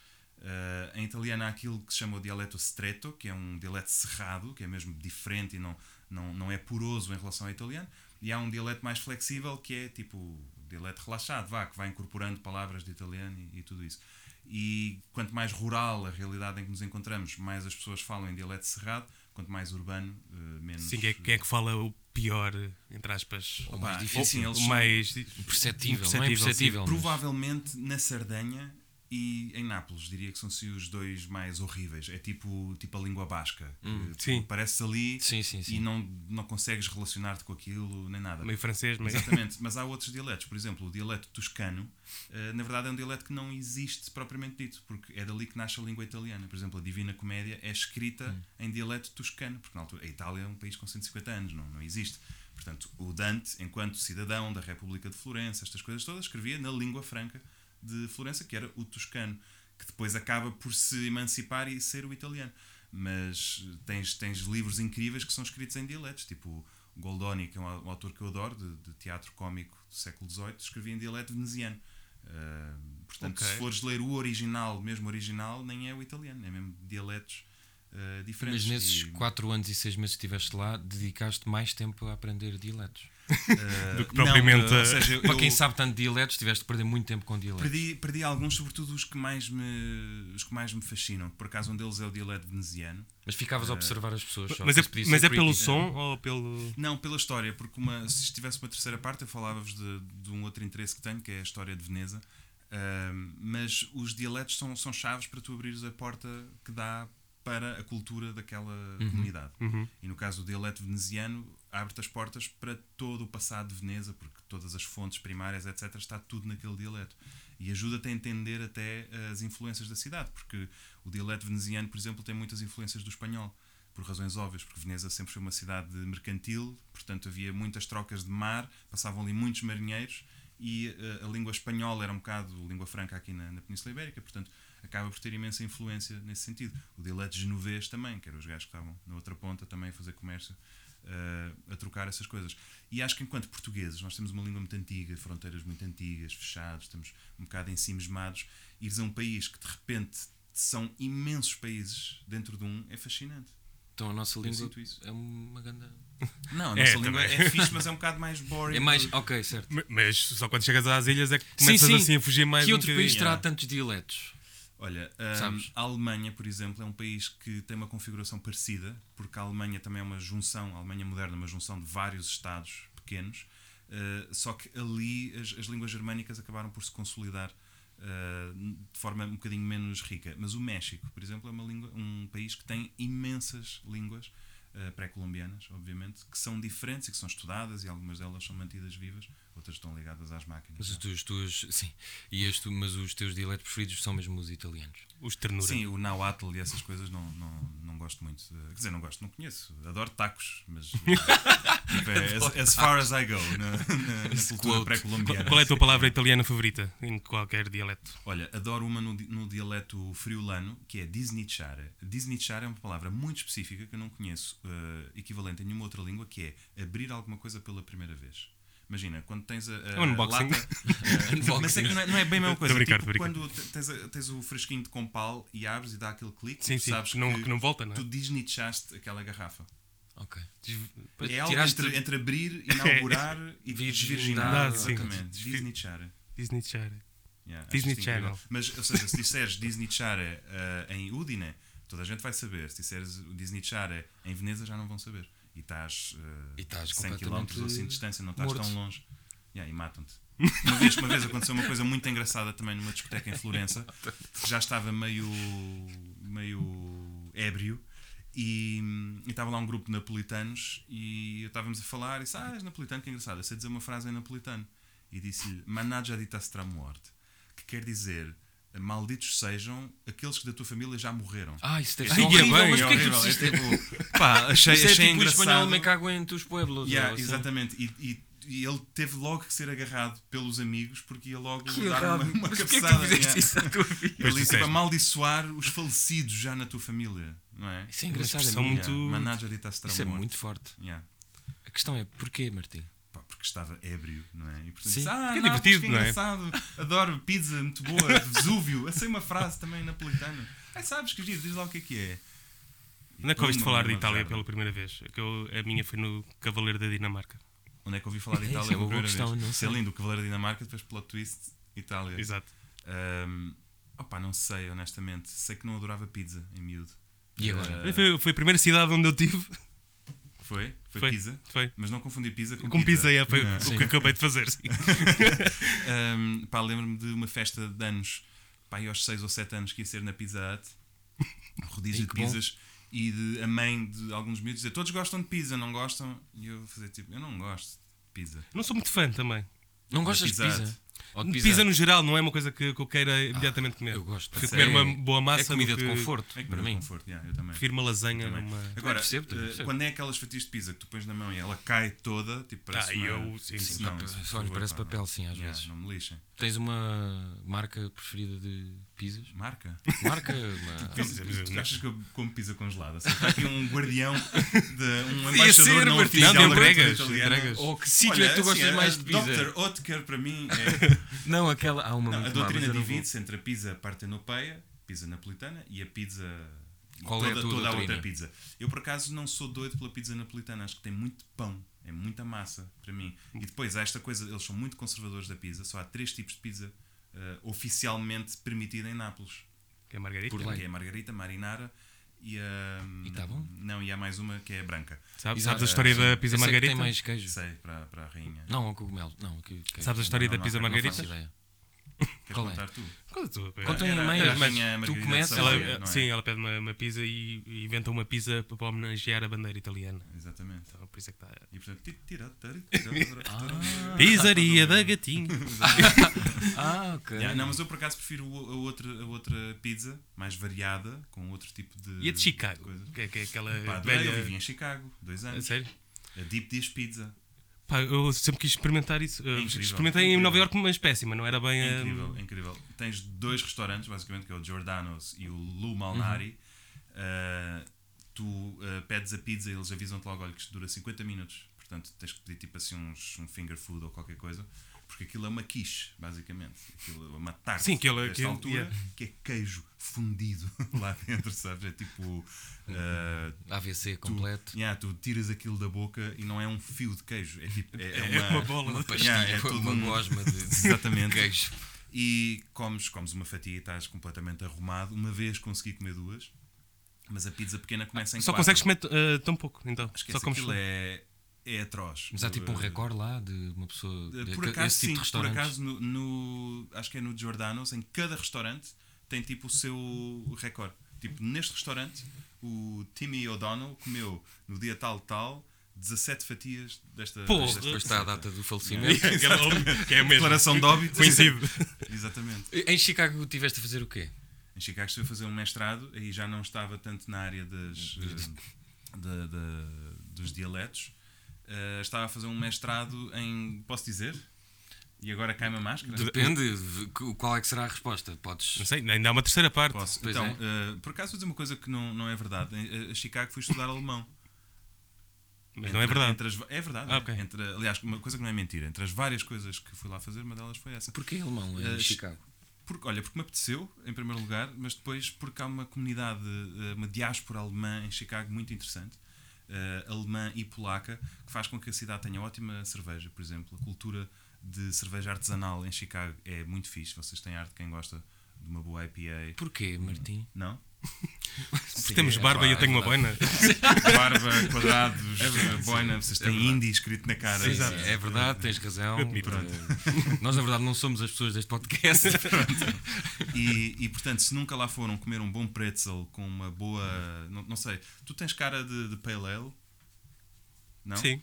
Eh, em italiano há aquilo que se chama o dialeto stretto, que é um dialeto cerrado, que é mesmo diferente e não, não, não é poroso em relação ao italiano. E há um dialeto mais flexível, que é tipo o dialeto relaxado, vá, que vai incorporando palavras de italiano e, e tudo isso. E quanto mais rural a realidade em que nos encontramos, mais as pessoas falam em dialeto cerrado, quanto mais urbano, eh, menos. Sim, quem é, quem é que fala o pior, entre aspas, Ou Pá, mais é difícil. assim, eles o são- mais. Imperceptível, não é Imperceptível, imperceptível. mas- Provavelmente na Sardenha e em Nápoles, diria que são sim os dois mais horríveis. É tipo, tipo a língua basca. que sim. Parece ali Sim, sim, e sim. não, não consegues relacionar-te com aquilo nem nada. Meio francês, meio. Exatamente, mas há outros dialetos. Por exemplo, o dialeto toscano, eh, na verdade, é um dialeto que não existe propriamente dito, porque é dali que nasce a língua italiana. Por exemplo, a Divina Comédia é escrita em dialeto toscano, porque na altura a Itália é um país com 150 anos, não, não existe. Portanto, o Dante, enquanto cidadão da República de Florença, estas coisas todas, escrevia na língua franca de Florença, que era o toscano, que depois acaba por se emancipar e ser o italiano. Mas tens, tens livros incríveis que são escritos em dialetos, tipo Goldoni, que é um, au- um autor que eu adoro, de, de teatro cómico do século XVIII, escrevia em dialeto veneziano. Ah, portanto, Ok. se fores ler o original, mesmo original, nem é o italiano, é mesmo dialetos ah, Mas diferentes. nesses E, 4 anos e 6 meses que estiveste lá, dedicaste mais tempo a aprender diletos. ah, do que propriamente ah, a- ou seja, eu- Para quem eu- sabe tanto de diletos, tiveste de perder muito tempo com diletos. Perdi, perdi alguns, sobretudo os que mais me os que mais me fascinam. Por acaso um deles é o dialeto veneziano. Mas ficavas a observar as pessoas. Só, Mas que isso é, podia ser mas é pelo creepy. né? som ou pelo. Não, pela história, porque uma, se tivesse uma terceira parte eu falava-vos de, de um outro interesse que tenho, que é a história de Veneza. Ahm, mas os dialetos são, são chaves para tu abrires a porta que dá para a cultura daquela comunidade. E no caso do dialeto veneziano, abre-te as portas para todo o passado de Veneza, porque todas as fontes primárias, etc., está tudo naquele dialeto. E ajuda-te a entender até as influências da cidade, porque o dialeto veneziano, por exemplo, tem muitas influências do espanhol, por razões óbvias, porque Veneza sempre foi uma cidade mercantil, portanto havia muitas trocas de mar, passavam ali muitos marinheiros e eh, a língua espanhola era um bocado língua franca aqui na, na Península Ibérica, portanto acaba por ter imensa influência nesse sentido. O dialeto genovês também, que eram os gajos que estavam na outra ponta também a fazer comércio, eh, a trocar essas coisas. E acho que enquanto portugueses, nós temos uma língua muito antiga, fronteiras muito antigas, fechados, estamos um bocado ensimismados, ires a um país que de repente são imensos países dentro de um, é fascinante. Então a nossa língua sinto isso. é uma ganda. Não, a É, nossa língua também. é fixe, mas é um bocado mais boring. É mais. Ok, certo. Mas só quando chegas às ilhas é que começas assim a fugir mais Que um outro país bocadinho. terá tantos diletos? Olha, hum, Sabes? a Alemanha, por exemplo, é um país que tem uma configuração parecida, porque a Alemanha também é uma junção, a Alemanha moderna é uma junção de vários estados pequenos, uh, só que ali as, as línguas germânicas acabaram por se consolidar uh, de forma um bocadinho menos rica. Mas o México, por exemplo, é uma língua, um país que tem imensas línguas uh, pré-colombianas, obviamente, que são diferentes e que são estudadas e algumas delas são mantidas vivas, outras estão ligadas às máquinas. Mas os teus, tuas- sim, e este, mas os teus diletos preferidos são mesmo os italianos. Os ternura. Sim, o Nahuatl e essas coisas não, não, não gosto muito. Eh, Quer dizer, não gosto, não conheço. Adoro tacos, mas. eh, tipo, é, as, as far as I go na, na- na cultura quote. pré-colombiana. Qual é a tua palavra italiana favorita em qualquer dialeto? Olha, adoro uma no, di- no dialeto friulano que é Disneychare. Disneychare é uma palavra muito específica que eu não conheço eh, equivalente em nenhuma outra língua, que é abrir alguma coisa pela primeira vez. Imagina, quando tens a, a, É um unboxing. lata- Mas é que não é, não é bem a mesma Tô coisa. a brincar, Tipo, tô a quando te- tens, a- tens o fresquinho de compal e abres e dá aquele clique, Sim, tu sim, sabes que não- que não volta, não é? Tu desnichaste aquela garrafa. Ok. Desvi- É algo Tiraste- entre, entre abrir, inaugurar e desvirginar. Virginar, sim. Exatamente. Disney Chara. Disney Channel. Yeah, Disney acho isto incrível. Channel. Mas, ou seja, se disseres Disney Chara ah, em Udine, toda a gente vai saber. Se disseres o Disney Chara em Veneza, já não vão saber. E estás ah, E estás 100 km ou assim de completamente distância, não estás morto. tão longe. Yeah, e matam-te. Uma vez, uma vez aconteceu uma coisa muito engraçada também numa discoteca em Florença. Já estava meio, meio ébrio. E, e estava lá um grupo de napolitanos e estávamos a falar e disse: Ah, és napolitano, que engraçado, eu sei dizer uma frase em napolitano. E disse-lhe: Managgia dita stramuorte, que quer dizer malditos sejam aqueles que da tua família já morreram. Ah, isso deve É ser Ai, é horrível, bem, mas é porquê que tu horrível, é disseste? tipo, pá, achei, Isso é achei tipo o espanhol engraçado. me cago em tus pueblos. Yeah, ou assim. exatamente. E, e- e ele teve logo que ser agarrado pelos amigos porque ia logo Que dar uma, errado. uma Mas porquê é que tu cabeçada. fizeste yeah. isso à tua vida? Ele disse disseste. para amaldiçoar os falecidos já na tua família, não é? Isso engraçado, é engraçado. expressão é muito- Yeah. Manager dita Isso é muito forte. Yeah. A questão é porquê, Martim? Pá, porque estava ébrio, não é? E portanto, Sim. disse, ah, Que é Nápoles, divertido, que não é? engraçado. Adoro pizza, muito boa. Vesúvio. Achei uma frase também napolitana. Ai, sabes que giro, diz lá o que é que é. E Onde é que ouviste pum, falar de uma Itália jarda. pela primeira vez? É Que eu- a minha foi no Cavaleiro da Dinamarca. Onde é que ouvi falar de Isso é uma Itália boa pela primeira questão, não vez? Isso é sei. lindo, o Cavaleiro da Dinamarca, depois plot twist, Itália. Exato. Ahm, opa, não sei, honestamente. Sei que não adorava pizza em miúdo. E agora? Ah, Foi, foi a primeira cidade onde eu tive. foi? Foi, Foi. pizza? Foi. Mas não confundi pizza com, Com pizza, é, foi Ah. o que acabei de fazer. sim. Ahm, pá, lembro-me de uma festa de anos, pá, aí aos 6 ou 7 anos que ia ser na Pizza Hut, rodízio Ei, de que bom. pizzas, e de, a mãe de alguns miúdos dizer todos gostam de pizza, não gostam? E eu fazer tipo, eu não gosto de pizza. É Não sou muito fã também. Não Da gostas de Pizza pizza? Ou de Pizza, no geral não é uma coisa que, que eu queira imediatamente comer. Eu gosto. Prefiro É- comer uma boa massa. É comida do que- de conforto, É que para mim. conforto, yeah, eu também. Prefiro uma lasanha. Também. Uma... Agora, percebo, também eh, percebo. quando é aquelas fatias de pizza que tu pões na mão e ela cai toda, tipo, parece Ah, uma- eu- sim, Isso sim. não, Olha, isso, por favor, tá, parece pá, papel, sim, às Yeah, vezes. Não me lixem. Tens uma marca preferida de pizzas? Marca? Marca? Uma... Pizza, mas- tu mas- achas que eu como pizza congelada? Assim, está aqui um guardião, de, um Podia embaixador ser, não Martim. oficial Não, de da Bregas, cultura italiana. Bregas. Ou que sítio é que tu assim, gostas a- mais a de pizza? Dr. Otker para mim é. Não, aquela. Há uma Não, muito má, a mas doutrina eu não vou- divide-se entre a pizza partenopeia, pizza napolitana e a pizza. e Qual é toda, a tua toda a doutrina? outra pizza. Eu por acaso não sou doido pela pizza napolitana, acho que tem muito pão, é muita massa para mim. E depois há esta coisa, eles são muito conservadores da pizza, só há três tipos de pizza eh, oficialmente permitida em Nápoles. Que é margarita. Por lá. Que é a margarita, marinara e a. E tá bom? Não, e há mais uma que é a branca. Sabes, Exato, sabes a história sim. da pizza Eu sei que margarita? Tem mais queijo. Sei, para, para a rainha. Não, o cogumelo. Não, que, que, é? Sabes a história Não, da não, não, pizza não Não faço margarita? ideia. Queres Qual é? contar tu? Conta tu. eh, Conta Era- em era meias, a mas rainha tu Margarida de começas. Ela, Savoia, não é? Sim, ela pede uma, uma pizza e, e inventa uma pizza para homenagear a bandeira italiana. Exatamente. Então, por isso é que está. E portanto, ti- tira- tira- tira- Ah, tá Pizzaria da gatinha. ah, ok. Yeah, não, mas eu por acaso prefiro o- a outra, a outra pizza, mais variada, com outro tipo de. E a de Chicago? coisa. Que é, que é aquela Pá, adorei, eu vivi velha. em Chicago, dois A anos. sério? A Deep Dish Pizza. Pá, eu sempre quis experimentar isso. Eu incrível, Experimentei é em incrível. Nova Iorque, mas péssima, não era bem. eh, É a- incrível, é incrível. Tens dois restaurantes, basicamente, que é o Giordano's e o Lu Uhum. Malnari. Ah, tu ah, pedes a pizza e eles avisam-te logo, olha, que isto dura 50 minutos. Portanto, tens que pedir tipo assim uns, um finger food ou qualquer coisa. Porque aquilo é uma quiche, basicamente. Aquilo é uma tarte. Sim, aquilo- desta aquilo- altura, yeah. que é queijo fundido lá dentro, sabes? É tipo. ah, AVC tu, completo. yeah, tu tiras aquilo da boca e não é um fio de queijo. É tipo. É, é É uma bola. Uma pastilha, Yeah, é tudo uma um- gosma de Exatamente. queijo. E comes, comes uma fatia e estás completamente arrumado. Uma vez consegui comer duas, mas a pizza pequena começa em Só quatro. consegues comer eh, tão pouco, então. Esquece, Só comes aquilo é, é atroz. Mas há tipo um Eu- recorde lá de uma pessoa. Uh, de- Por que- acaso, esse tipo sim, de por restaurantes. acaso, no, no- acho que é no Giordano's, em cada restaurante tem tipo o seu recorde. Tipo, neste restaurante, o Timmy O'Donnell comeu no dia tal, tal, 17 fatias desta. Porra! desta- Depois desta- está a data do falecimento. que é mesmo. Declaração de óbito. Coincide. Exatamente. Em Chicago tiveste a fazer o quê? Em Chicago estive a fazer um mestrado, aí já não estava tanto na área das, eh, da- da- dos dialetos. Eh, estava a fazer um mestrado em. Posso dizer? E agora cai-me a máscara? Depende, de que- qual é que será a resposta. Podes. Não sei, ainda há uma terceira parte. Posso. Pois então, é. eh, por acaso vou dizer uma coisa que não, não é verdade. Em, eh, A Chicago fui estudar alemão. Mas não é Entre- verdade. entre as va- é verdade. Ah, é. ok. Entre- aliás, uma coisa que não é mentira. Entre as várias coisas que fui lá fazer, uma delas foi essa. Porquê alemão em Eh, Chicago? Porque, olha, porque me apeteceu, em primeiro lugar, mas depois porque há uma comunidade, eh, uma diáspora alemã em Chicago muito interessante. eh, alemã e polaca, que faz com que a cidade tenha ótima cerveja, por exemplo. A cultura de cerveja artesanal em Chicago é muito fixe. Vocês têm arte quem gosta de uma boa IPA. Porquê, Martim? Não? Porque é temos barba e eu tenho uma boina. Barba, quadrados, É eh, boina, vocês têm indie escrito na cara. Sim, sim, é verdade, tens razão. Eh, Nós, na verdade, não somos as pessoas deste podcast. E, e, portanto, se nunca lá foram comer um bom pretzel com uma boa. Não, não sei, tu tens cara de, de pale ale? Não? Sim.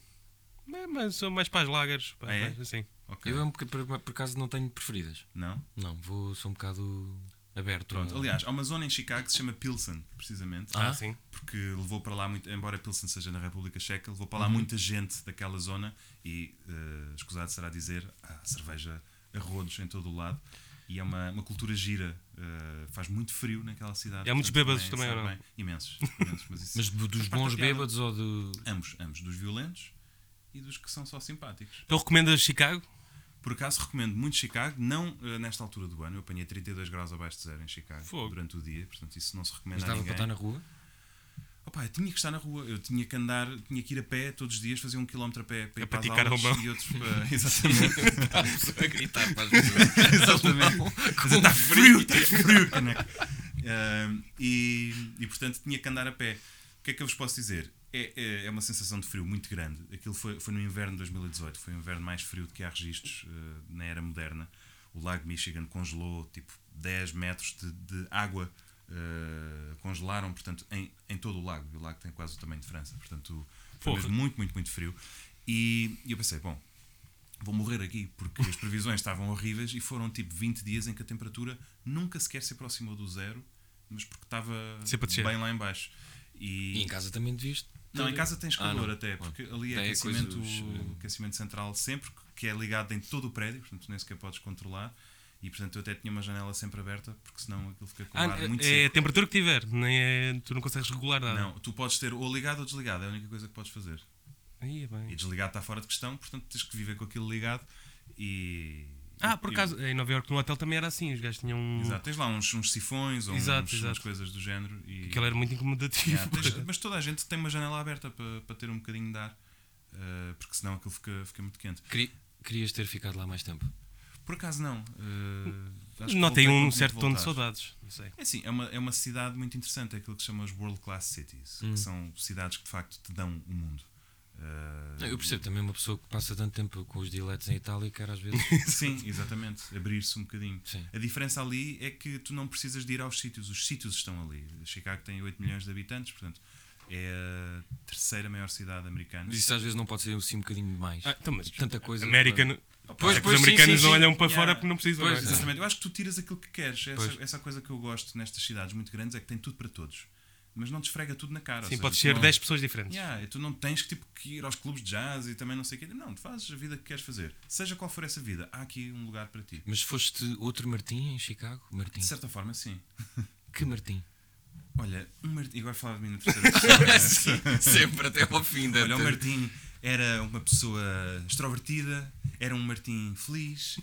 Mas, mas sou mais para as lagers. pá, Ah, é? mais assim. Ok. Eu, é um boca- por, por acaso, não tenho preferidas. Não? Não, vou, sou um bocado aberto. Pronto. Aliás, há uma zona em Chicago que se chama Pilsen, precisamente. Ah, sim. Porque levou para lá muito. Embora Pilsen seja na República Checa, levou para lá Uhum. muita gente daquela zona e, eh, escusado será dizer, há cerveja a rodos em todo o lado. E é uma, uma cultura gira. eh, faz muito frio naquela cidade. E há muitos portanto, bêbados também, é sabe ou não? bem. Imensos. imensos, mas isso mas do- dos faz parte bons da piada. bêbados ou do. Ambos, ambos, dos violentos e dos que são só simpáticos. Então recomendas Chicago? Por acaso recomendo muito Chicago, não eh, nesta altura do ano. Eu apanhei 32 graus abaixo de zero em Chicago Fogo. durante o dia, portanto isso não se recomenda Mas a dava para ninguém. estar na rua? Opa, eu tinha que estar na rua, eu tinha que andar, tinha que ir a pé todos os dias, fazer um quilómetro a pé para A ir para as praticar aulas alemão. e outros para... Exatamente, a gritar para as pessoas. exatamente. Mas está frio, está frio, caneco. Ahm, e, e, portanto tinha que andar a pé. O que é que eu vos posso dizer? É, é, é uma sensação de frio muito grande. Aquilo foi, foi no inverno de 2018, foi o inverno mais frio de que há registros eh, na era moderna. O lago Michigan congelou tipo 10 metros de, de água, eh, congelaram, portanto, em, em todo o lago. E o lago tem quase o tamanho de França, portanto, foi Porra. mesmo muito, muito, muito frio. E, e eu pensei, bom, vou morrer aqui, porque as previsões estavam horríveis e foram tipo 20 dias em que a temperatura nunca sequer se aproximou do zero, mas porque estava Sempre a descer. bem lá em baixo. E E, em casa também devias. não, em casa tens Ah, calor não. até, porque ali é Tem aquecimento, coisas, eh, aquecimento central sempre, que é ligado em todo o prédio, portanto nem sequer podes controlar. E portanto eu até tinha uma janela sempre aberta, porque senão aquilo fica com o Ah, um ar muito é a seco. temperatura que tiver, nem é- tu não consegues regular nada. Não, tu podes ter ou ligado ou desligado, é a única coisa que podes fazer. Aí é bem. E desligado está fora de questão, portanto tens que viver com aquilo ligado e. Ah, por e- acaso, em Nova Iorque no hotel também era assim, os gajos tinham. um- Exato, tens lá uns, uns sifões ou Exato, uns, exato. é tipo. umas coisas do género. E... Aquilo era muito incomodativo. Yeah, tens- mas toda a gente tem uma janela aberta para, para ter um bocadinho de ar, eh, porque senão aquilo fica, fica muito quente. Queri- Querias ter ficado lá mais tempo. Por acaso não. eh, acho que Notei voltei quando um tinha certo que tom de voltar. saudades. Não sei. É assim, é uma, é uma cidade muito interessante, é aquilo que se chama as World Class Cities, Hum. que são cidades que de facto te dão o mundo. Eh, Não, eu percebo também uma pessoa que passa tanto tempo com os diletos em Itália que era às vezes. Sim, exatamente. Abrir-se um bocadinho. Sim. A diferença ali é que tu não precisas de ir aos sítios. Os sítios estão ali. Chicago tem 8 milhões de habitantes, portanto, é a terceira maior cidade americana. Mas isso às vezes não pode ser assim um bocadinho demais. Ah, então, mas Tanta coisa. Ah, América. não- Pois, É que pois, os sim, americanos sim, não sim. olham para fora Yeah. porque não precisam. Pois, não é? Exatamente. Eu acho que tu tiras aquilo que queres. Pois. Essa, essa coisa que eu gosto nestas cidades muito grandes é que tem tudo para todos. Mas não te esfrega tudo na cara. ou Sim, seja, pode tu ser não- 10 pessoas diferentes. Yeah, tu não tens que, tipo, que ir aos clubes de jazz e também não sei o quê. Não, tu fazes a vida que queres fazer. Seja qual for essa vida, há aqui um lugar para ti. Mas foste outro Martim em Chicago? Martim. De certa forma, sim. Que Martim? Olha, um Martim. Agora falava de mim na terceira pessoa. sempre até ao fim da. Olha, o Martim era uma pessoa extrovertida, era um Martim feliz,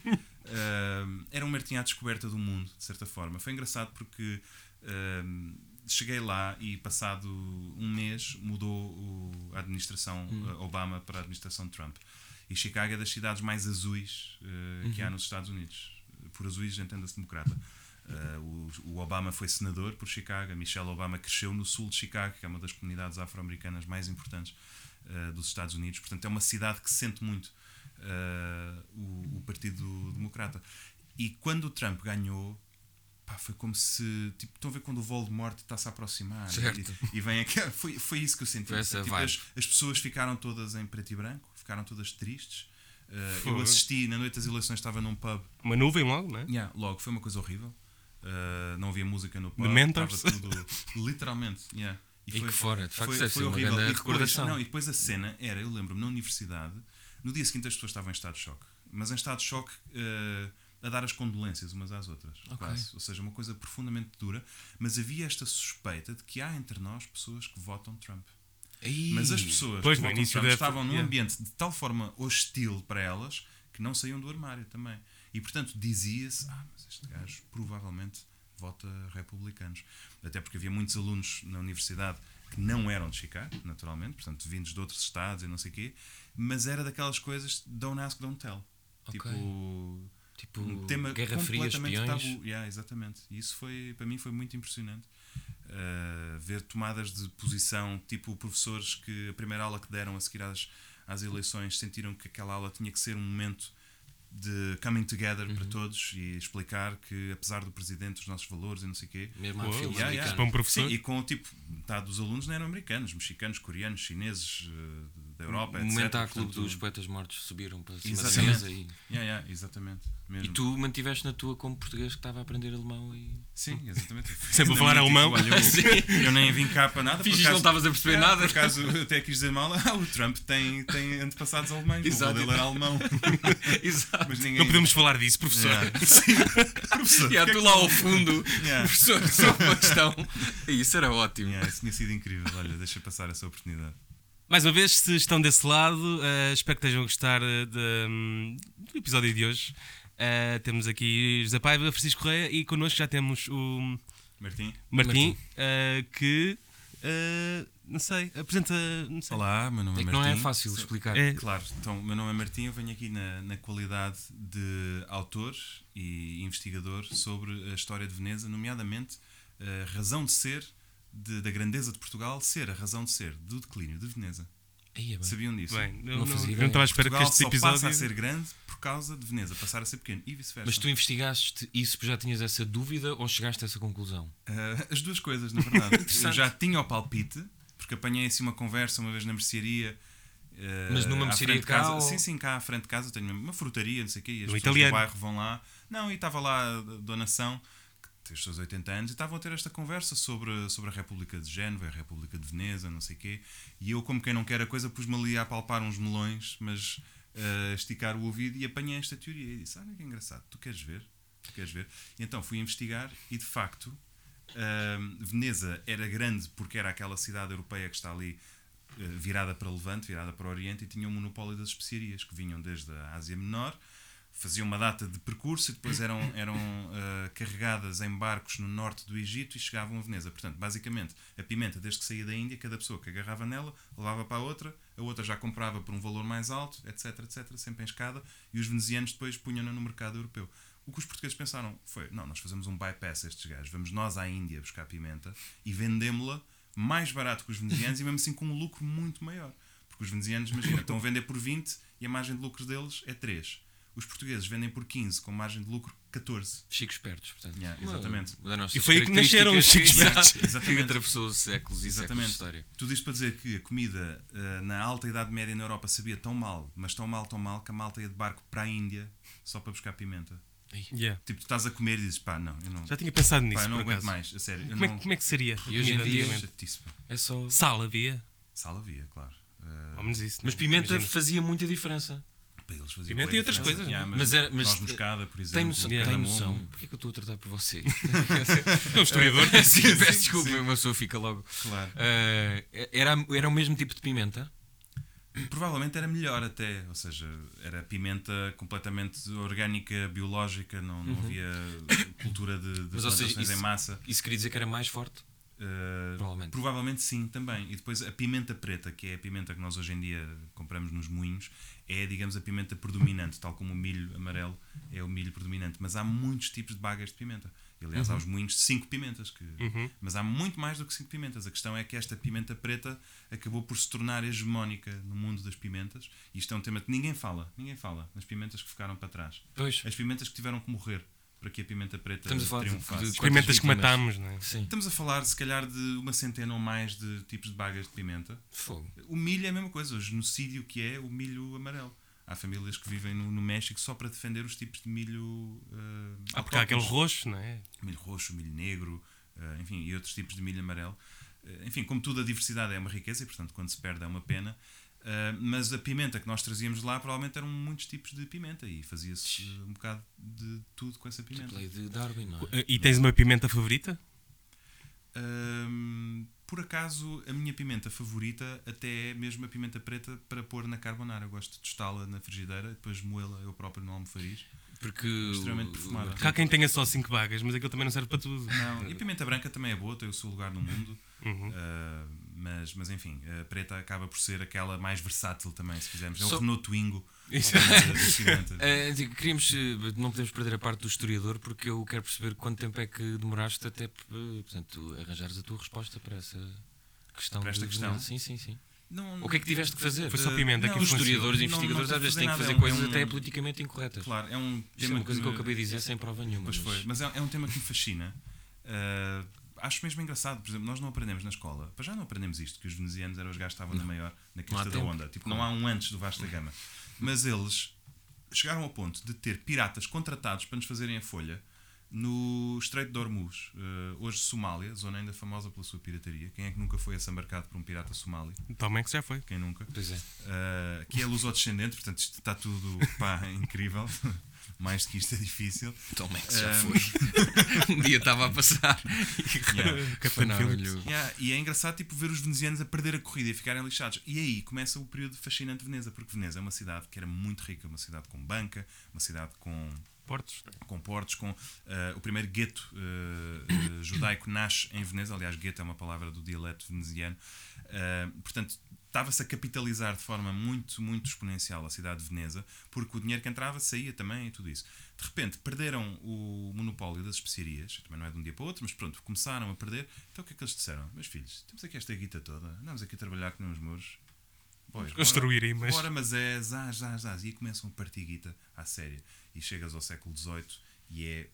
ahm, era um Martim à descoberta do mundo, de certa forma. Foi engraçado porque ahm, cheguei lá e, passado um mês, mudou o- a administração eh, Obama para a administração Trump. E Chicago é das cidades mais azuis eh, que há Uhum. nos Estados Unidos. Por azuis, entenda-se democrata. Eh, o, o Obama foi senador por Chicago, a Michelle Obama cresceu no sul de Chicago, que é uma das comunidades afro-americanas mais importantes eh, dos Estados Unidos. Portanto, é uma cidade que sente muito eh, o, o Partido Democrata. E quando o Trump ganhou, pá, foi como se. Tipo, estão a ver quando o Voldemort está-se a aproximar Certo. E, e vem aquela. Foi, foi isso que eu senti. Foi essa Tipo, vibe. as, as pessoas ficaram todas em preto e branco, ficaram todas tristes. Eh, eu Fogo. assisti na noite das eleições, estava num pub Uma nuvem logo, não é? Yeah, logo, foi uma coisa horrível. Uh, não havia música no pub. The Mentors? estava tudo- literalmente. yeah. E que fora, de facto, foi, deve ser foi uma horrível. grande e, depois, recordação. não, e depois a cena era, eu lembro-me, na universidade, no dia seguinte as pessoas estavam em estado de choque. Mas em estado de choque uh, a dar as condolências umas às outras. Quase. Ou seja, uma coisa profundamente dura. Mas havia esta suspeita de que há entre nós pessoas que votam Trump. Mas as pessoas Pois, que no votam início Trump deve- estavam num yeah. ambiente de tal forma hostil para elas que não saíam do armário também. E portanto dizia-se: ah, mas este gajo provavelmente vota republicanos. Até porque havia muitos alunos na universidade que não eram de Chicago, naturalmente, portanto, vindos de outros estados e não sei o quê, mas era daquelas coisas don't ask, don't tell. Ok. Tipo, Tipo, um tema Guerra Fria, completamente espiões. tabu. Yeah, exatamente. E isso foi, para mim, foi muito impressionante. Uh, ver tomadas de posição, tipo professores que a primeira aula que deram a seguir às, às eleições sentiram que aquela aula tinha que ser um momento de coming together para Uhum. todos e explicar que, apesar do presidente, os nossos valores e não sei o quê. Mesmo há Uou, filmes yeah, Para americanos. um professor? Sim, e com o tipo, metade dos alunos não eram americanos, mexicanos, coreanos, chineses, eh, da Europa, No Um momento há etc. clube Portanto, dos poetas mortos subiram para cima da Exatamente. mesa e, yeah, yeah, exatamente. e Mesmo. tu mantiveste na tua como português que estava a aprender alemão e. Sim, exatamente. Sempre a falar alemão. Hum. Olha, eu, eu nem vim cá para nada. por Fingiste que não acaso- estavas a perceber Yeah, nada. Por acaso, eu até quis dizer mal, ah, o Trump tem, tem antepassados alemães, Exato. o modelo era alemão. Exato. Mas ninguém... Não podemos falar disso, professor. Yeah. Sim. Professor, E há porque é tu que lá não- ao fundo, Yeah. professor, só uma questão. Isso era ótimo. Yeah, isso tinha sido incrível. Olha, deixa passar essa oportunidade. Mais uma vez, se estão desse lado, eh, espero que estejam a gostar eh, de, hum, do episódio de hoje. Eh, temos aqui José Paiva, Francisco Correia e connosco já temos o Martim. Martim, Martim. eh, que eh, não sei, apresenta. Não sei. Olá, meu nome É é que Martim. não é fácil explicar. É, Claro, então, meu nome é Martim, eu venho aqui na, na qualidade de autor e investigador sobre a história de Veneza, nomeadamente a razão de ser de- da grandeza de Portugal, ser a razão de ser do declínio de Veneza. Aí é bem. Sabiam disso? Bem, eu Não não, fazia eu não ideia. estava à espera que Portugal este só passa a ser episódio. grande por causa de Veneza, passar a ser pequeno e vice-versa. Mas tu investigaste isso porque já tinhas essa dúvida ou chegaste a essa conclusão? Ah, as duas coisas, na verdade. Eu já tinha o palpite, porque apanhei assim uma conversa uma vez na mercearia. ah, Mas numa à mercearia frente de cá casa. ou- Sim, sim, cá à frente de casa tenho uma frutaria, não sei o quê, e Do as pessoas italiano. do bairro vão lá. Não, e estava lá a donação, que tem os seus 80 anos, e estavam a ter esta conversa sobre, sobre a República de Génova, e a República de Veneza, não sei o quê. E eu, como quem não quer a coisa, pus-me ali a palpar uns melões, mas eh, a esticar o ouvido e apanhei esta teoria. E disse: Olha que engraçado, tu queres ver? Tu queres ver? E então fui investigar e de facto Ahm, Veneza era grande porque era aquela cidade europeia que está ali eh, virada para Levante, virada para o Oriente e tinha o monopólio das especiarias que vinham desde a Ásia Menor, faziam uma data de percurso e depois eram, eram ah, carregadas em barcos no norte do Egito e chegavam a Veneza. Portanto, basicamente, a pimenta, desde que saía da Índia, cada pessoa que agarrava nela levava para a outra, a outra já comprava por um valor mais alto, etc, etc, sempre em escada, e os venezianos depois punham-na no mercado europeu. O que os portugueses pensaram foi: não, nós fazemos um bypass a estes gajos, vamos nós à Índia buscar pimenta e vendemos-la mais barato que os venezianos e mesmo assim com um lucro muito maior. Porque os venezianos, imagina, estão a vender por 20 e a margem de lucro deles é 3. Os portugueses vendem por 15, com margem de lucro 14. Chicos espertos, portanto. Yeah, Uma- exatamente. da nossa E foi aí que nasceram os característica- Chicos Espertos. Exato. Exatamente. Que atravessou séculos e é séculos de Exatamente. história. Tudo isto para dizer que a comida eh, na alta Idade Média na Europa sabia tão mal, mas tão mal, tão mal, que a malta ia de barco para a Índia só para buscar pimenta. Yeah. Tipo, tu estás a comer e dizes: pá, não, eu não, Já tinha pensado nisso. pá, eu não por aguento acaso. mais, a sério. Eu Como é, não, que- como é que seria? E hoje em Comida dia- antigamente. Chatice, pá. É só. Sal havia? Sal havia, claro. Eh, Ao menos isso. Mas né? pimenta Imagino. fazia muita diferença. Para eles faziam Pimenta bué e outras diferença. coisas, Yeah, não é? Mas era- mas- noz moscada, por exemplo. Tem noção? Yeah. Tem cardamomo. noção. Porquê que eu estou a tratar por você? É um historiador. Sim, Peço desculpa, uma pessoa fica logo. Claro. Ah, era, era o mesmo tipo de pimenta? Provavelmente era melhor até. Ou seja, era pimenta completamente orgânica, biológica, não, não havia cultura de, de Uhum. Mas, ou seja, plantações em isso- massa. Isso queria dizer que era mais forte? Eh, Provavelmente. provavelmente sim, também. E depois a pimenta preta, que é a pimenta que nós hoje em dia compramos nos moinhos, é, digamos, a pimenta predominante, tal como o milho amarelo é o milho predominante. Mas há muitos tipos de bagas de pimenta. E, Aliás, Uhum. há os moinhos de 5 pimentas. Que... Mas há muito mais do que 5 pimentas. A questão é que esta pimenta preta acabou por se tornar hegemónica no mundo das pimentas. E isto é um tema que ninguém fala. Ninguém fala nas pimentas que ficaram para trás. Pois. As pimentas que tiveram que morrer para que a pimenta preta Estamos a falar de- triunfasse. de- Pimentas que Quantas vítimas? matámos, não é? Sim. Estamos a falar, se calhar, de uma centena ou mais de tipos de bagas de pimenta. Fogo. Tipo, O milho é a mesma coisa, o genocídio que é o milho amarelo. Há famílias que vivem no, no México só para defender os tipos de milho. ah, Ah, porque há aquele autóctones. roxo, não é? Milho roxo, milho negro, ah, enfim, e outros tipos de milho amarelo. Ah, enfim, como tudo, a diversidade é uma riqueza e, portanto, quando se perde é uma pena. Ah, mas a pimenta que nós trazíamos lá provavelmente eram muitos tipos de pimenta e fazia-se ah, um bocado de tudo com essa pimenta. Tipo lei de Darwin, não é? E tens uma pimenta favorita? Hum, por acaso, a minha pimenta favorita até é mesmo a pimenta preta para pôr na carbonara. Eu gosto de tostá-la na frigideira e depois moê-la eu próprio no almofariz. Porque. Extremamente o- perfumada. Porque há quem tenha só 5 vagas, mas aquilo também não serve para tudo. Uhum. Não, e pimenta branca também é boa, tem o seu lugar no mundo. Hum, Mas, mas enfim, a preta acaba por ser aquela mais versátil também, se quisermos. É o Só- Renault Twingo. Isso. da- da Cimenta. Eh, É, digo, queríamos, eh, não podemos perder a parte do historiador porque eu quero perceber quanto tempo é que demoraste até eh, portanto, arranjares a tua resposta para essa questão. Para esta de- questão? Sim, sim, sim. Não- O que é que tiveste que fazer? Foi só pimenta não, que Os Influenciou. influenciou. historiadores e Não, investigadores não às vezes fazer têm que nada, fazer é um- coisas até politicamente incorretas. Claro, é um tema Isto é uma coisa que eu me- acabei de dizer sem prova nenhuma. Pois foi, mas- mas é, é um tema que me fascina. Ah, acho mesmo engraçado, por exemplo, nós não aprendemos na escola, para já não aprendemos isto, que os venezianos eram os gajos que estavam na maior, na Não há crista da tempo. onda. Tipo, não há um antes do Vasco da Gama. Mas eles chegaram ao ponto de ter piratas contratados para nos fazerem a folha no Estreito de Hormuz, ah, hoje Somália, zona ainda famosa pela sua pirataria. Quem é que nunca foi assambarcado por um pirata somali? Tom Hanks já foi. Quem nunca? Pois é. Uh, que é lusodescendente, portanto isto está tudo pá, incrível. Mais do que isto é difícil. Tom Hanks já Ah, foi. um dia estava a passar e Yeah. é foi na hora, Phillips. olhou. Yeah, e é engraçado tipo, ver os venezianos a perder a corrida e ficarem lixados. E aí começa o período fascinante de Veneza, porque Veneza é uma cidade que era muito rica, uma cidade com banca, uma cidade com, Portos. com portos, com ah, o primeiro gueto ah, ah, judaico nasce em Veneza. Aliás, gueto é uma palavra do dialeto veneziano. Ah, portanto, estava-se a capitalizar de forma muito, muito exponencial a cidade de Veneza, porque o dinheiro que entrava saía também e tudo isso. De repente, perderam o monopólio das especiarias, também não é de um dia para o outro, mas pronto, começaram a perder. Então o que é que eles disseram? Meus filhos, temos aqui esta guita toda, andamos aqui a trabalhar com os muros. Pois, Construir aí, mas- Bora, mas é zaz, zaz, zaz. E aí começam a partir guita à séria. E chegas ao século XVIII e é.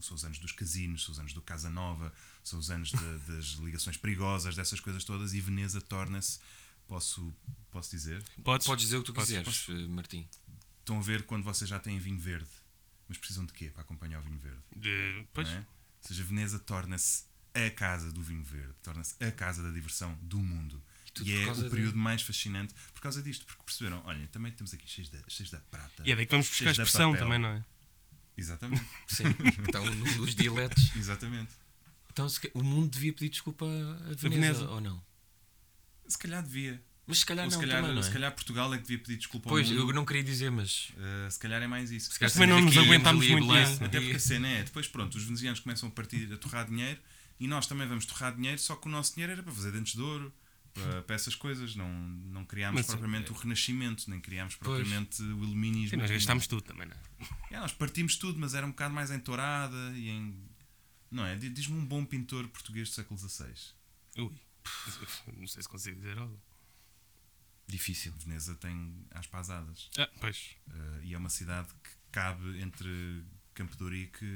São os anos dos casinos, são os anos do Casanova, são os anos de- das ligações perigosas, dessas coisas todas. E Veneza torna-se. Posso, posso dizer? Podes. Podes dizer o que tu Podes, quiseres, podes. eh, Martim. Estão a ver quando vocês já têm vinho verde. Mas precisam de quê para acompanhar o vinho verde? De- pois. não é? Ou seja, Veneza torna-se a casa do vinho verde, torna-se a casa da diversão do mundo. tudo E por é causa o de- período mais fascinante por causa disto, porque perceberam, olha, também temos aqui cheios da, cheios da prata. E é daí que vamos buscar a Cheios de expressão papel. também, não é? Exatamente, Sim, então os dialetos. exatamente. Então se ca- o mundo devia pedir desculpa a Veneza, Veneza. ou não? Se calhar devia. Mas se calhar Ou não, se, calhar, também, não é? se calhar Portugal é que devia pedir desculpa Pois, ao mundo. eu não queria dizer, mas... é Uh, se calhar é mais isso. se calhar Também não temos nos aqui aguentámos Emília muito Blanc nisso, não Até porque e- a cena é, depois pronto, os venezianos começam a partir, a torrar dinheiro e nós também vamos torrar dinheiro, só que o nosso dinheiro era para fazer dentes de ouro, para, para essas coisas. Não, não criámos Mas, propriamente o Renascimento, nem criámos Pois. propriamente o Iluminismo. Sim, nós gastámos tudo também, não é? É, nós partimos tudo, mas era um bocado mais entourada e em. Não é? Di- Diz-me um bom pintor português do século XVI. Ui. Não sei se consigo dizer algo. Difícil. Veneza tem as pasadas Ah, pois. eh, e é uma cidade que cabe entre Campo de Ourique,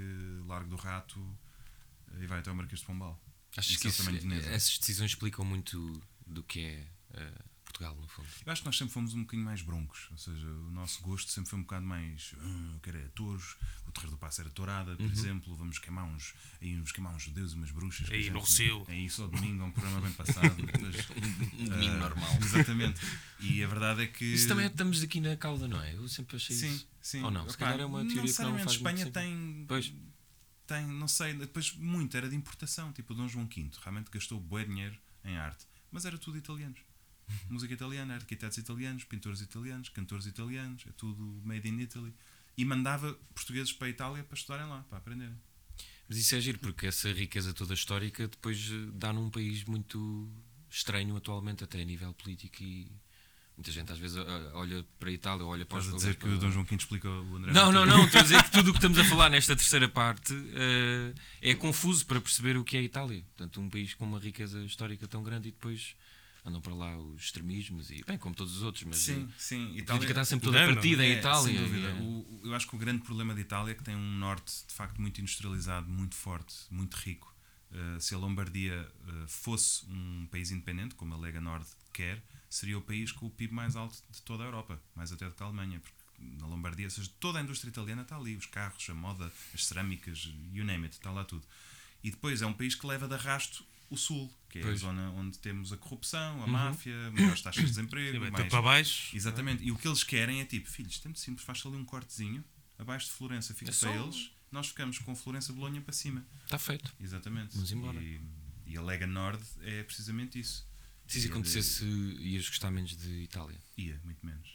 Largo do Rato eh, e vai até o Marquês de Pombal. Acho Isso que é o isso- tamanho de Veneza. essas decisões explicam muito do que é eh, Portugal, no fundo. Eu acho que nós sempre fomos um bocadinho mais broncos, ou seja, o nosso gosto sempre foi um bocado mais. "Ah, eu quero era touros, o terreiro do passo era tourada, por Uhum. exemplo, vamos queimar uns, aí vamos queimar uns judeus e umas bruxas. por Aí, exemplo. no Rossio. Aí só domingo, é um programa bem passado. Mas, Um domingo ah, normal. Exatamente. E a verdade é que. Isso também é- estamos aqui na cauda, não é? Eu sempre achei Sim, isso. sim. Ou não? Se Epá, calhar é uma teoria que não necessariamente, faz muito Espanha sentido. tem, Pois. tem, não sei, depois muito era de importação, tipo o Dom João V, realmente gastou bué dinheiro em arte, mas era tudo italianos. Música italiana, arquitetos italianos, pintores italianos, cantores italianos, é tudo made in Italy. E mandava portugueses para a Itália para estudarem lá, para aprenderem. Mas isso é giro, porque essa riqueza toda histórica depois eh, dá num país muito estranho atualmente, até a nível político e... Muita gente às vezes ah, olha para a Itália, olha para Estás os a dizer lugares que para- o Dom João V explica o André Não, Matos? não, não. Estou a dizer que tudo o que estamos a falar nesta terceira parte eh, é confuso para perceber o que é a Itália. Portanto, um país com uma riqueza histórica tão grande e depois andam para lá os extremismos e, bem, como todos os outros, mas Sim, eh, sim. a política está sempre toda Não, não, partida em É, Itália. Sem dúvida. e, eh, O- o- eu acho que o grande problema da Itália é que tem um norte de facto muito industrializado, muito forte, muito rico. Uh, se a Lombardia uh, fosse um país independente, como a Lega Nord quer, seria o país com o PIB mais alto de toda a Europa, mais até do que a Alemanha, porque na Lombardia, ou seja, toda a indústria italiana está ali, os carros, a moda, as cerâmicas, you name it, está lá tudo. E depois é um país que leva de arrasto o Sul, que é Pois. Uhum. a zona onde temos a corrupção, a máfia, maiores taxas de desemprego, Sim, vai então, tudo para mais baixo. Exatamente. E o que eles querem é tipo, filhos, tanto simples, faz ali um cortezinho, abaixo de Florença fica É para só- eles, nós ficamos com Florença Bolonha para cima. Está feito. Exatamente. Vamos embora. E, e a Lega Nord é precisamente isso. Se isso acontecesse, ias gostar menos de Itália. Ia, é, muito menos.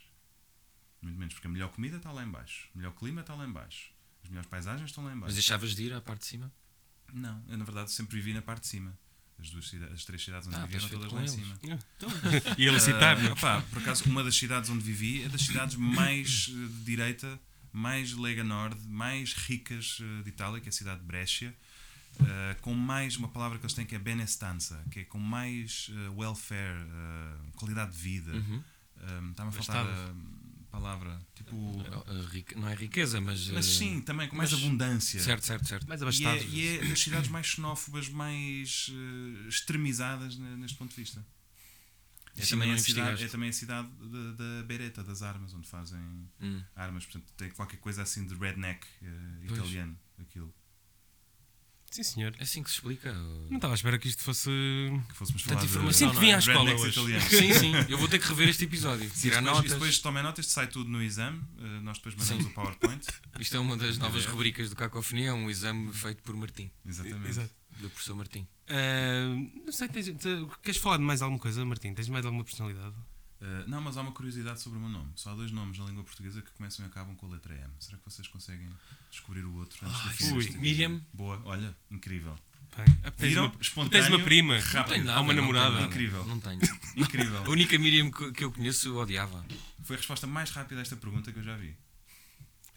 Muito menos, porque a melhor comida está lá em baixo, o melhor clima está lá em baixo, as melhores paisagens estão lá em Mas baixo. deixavas de ir à parte de cima? Não, eu na verdade sempre vivi na parte de cima. Uh, As, duas cida- as três cidades onde Ah, vivi estás eram feito todas com lá em eles. cima. E ele citar-me. Ah, opá, por acaso, uma das cidades onde vivi é das cidades mais eh, de direita, mais Lega Nord, mais ricas eh, de Itália, que é a cidade de Brescia, eh, com mais uma palavra que eles têm que é benestanza, que é com mais eh, welfare, eh, qualidade de vida. Uhum. Um, Está-me a faltar Estado. a palavra. Tipo. Ah, rique- Não é riqueza, mas. Mas eh, sim, também com mais mas- abundância. Certo, certo, certo. Mais E é, abastado. e é das cidades mais xenófobas, mais eh, extremizadas ne- neste ponto de vista. É, Isso também ainda a, não cidade, investigaste. é também a cidade da- da Beretta, das armas, onde fazem Hum. armas. Portanto, tem qualquer coisa assim de redneck eh, Pois. italiano. Aquilo. Sim, senhor. É assim que se explica. ou- Não estava à espera que isto fosse. Que fôssemos Tanta falar informação, de, Sinto que vim à de escola rednecks hoje. italianos. Sim, sim. Eu vou ter que rever este episódio. E Tirar depois, e notas. depois tomem notas, sai tudo no exame. eh, nós depois mandamos Sim. o PowerPoint. Isto é uma das novas rubricas do Cacofonia, um exame feito por Martim, Exatamente. Exato. do professor Martim. Ah, não sei, tens- te- queres falar de mais alguma coisa, Martim? Tens mais alguma personalidade? Uh, não, mas há uma curiosidade sobre o meu nome. Só há dois nomes na língua portuguesa que começam e acabam com a letra M. Será que vocês conseguem descobrir o outro antes de Ai, fazer ui, este vídeo? Miriam. Boa, olha, incrível. Bem, ah, tens, Viram? uma, tu tens Espontâneo. uma prima. Rápido. Tenho Há nada, uma não namorada. tenho nada. Incrível. Não tenho. A Incrível. única Miriam que que eu conheço odiava. Foi a resposta mais rápida a esta pergunta que eu já vi.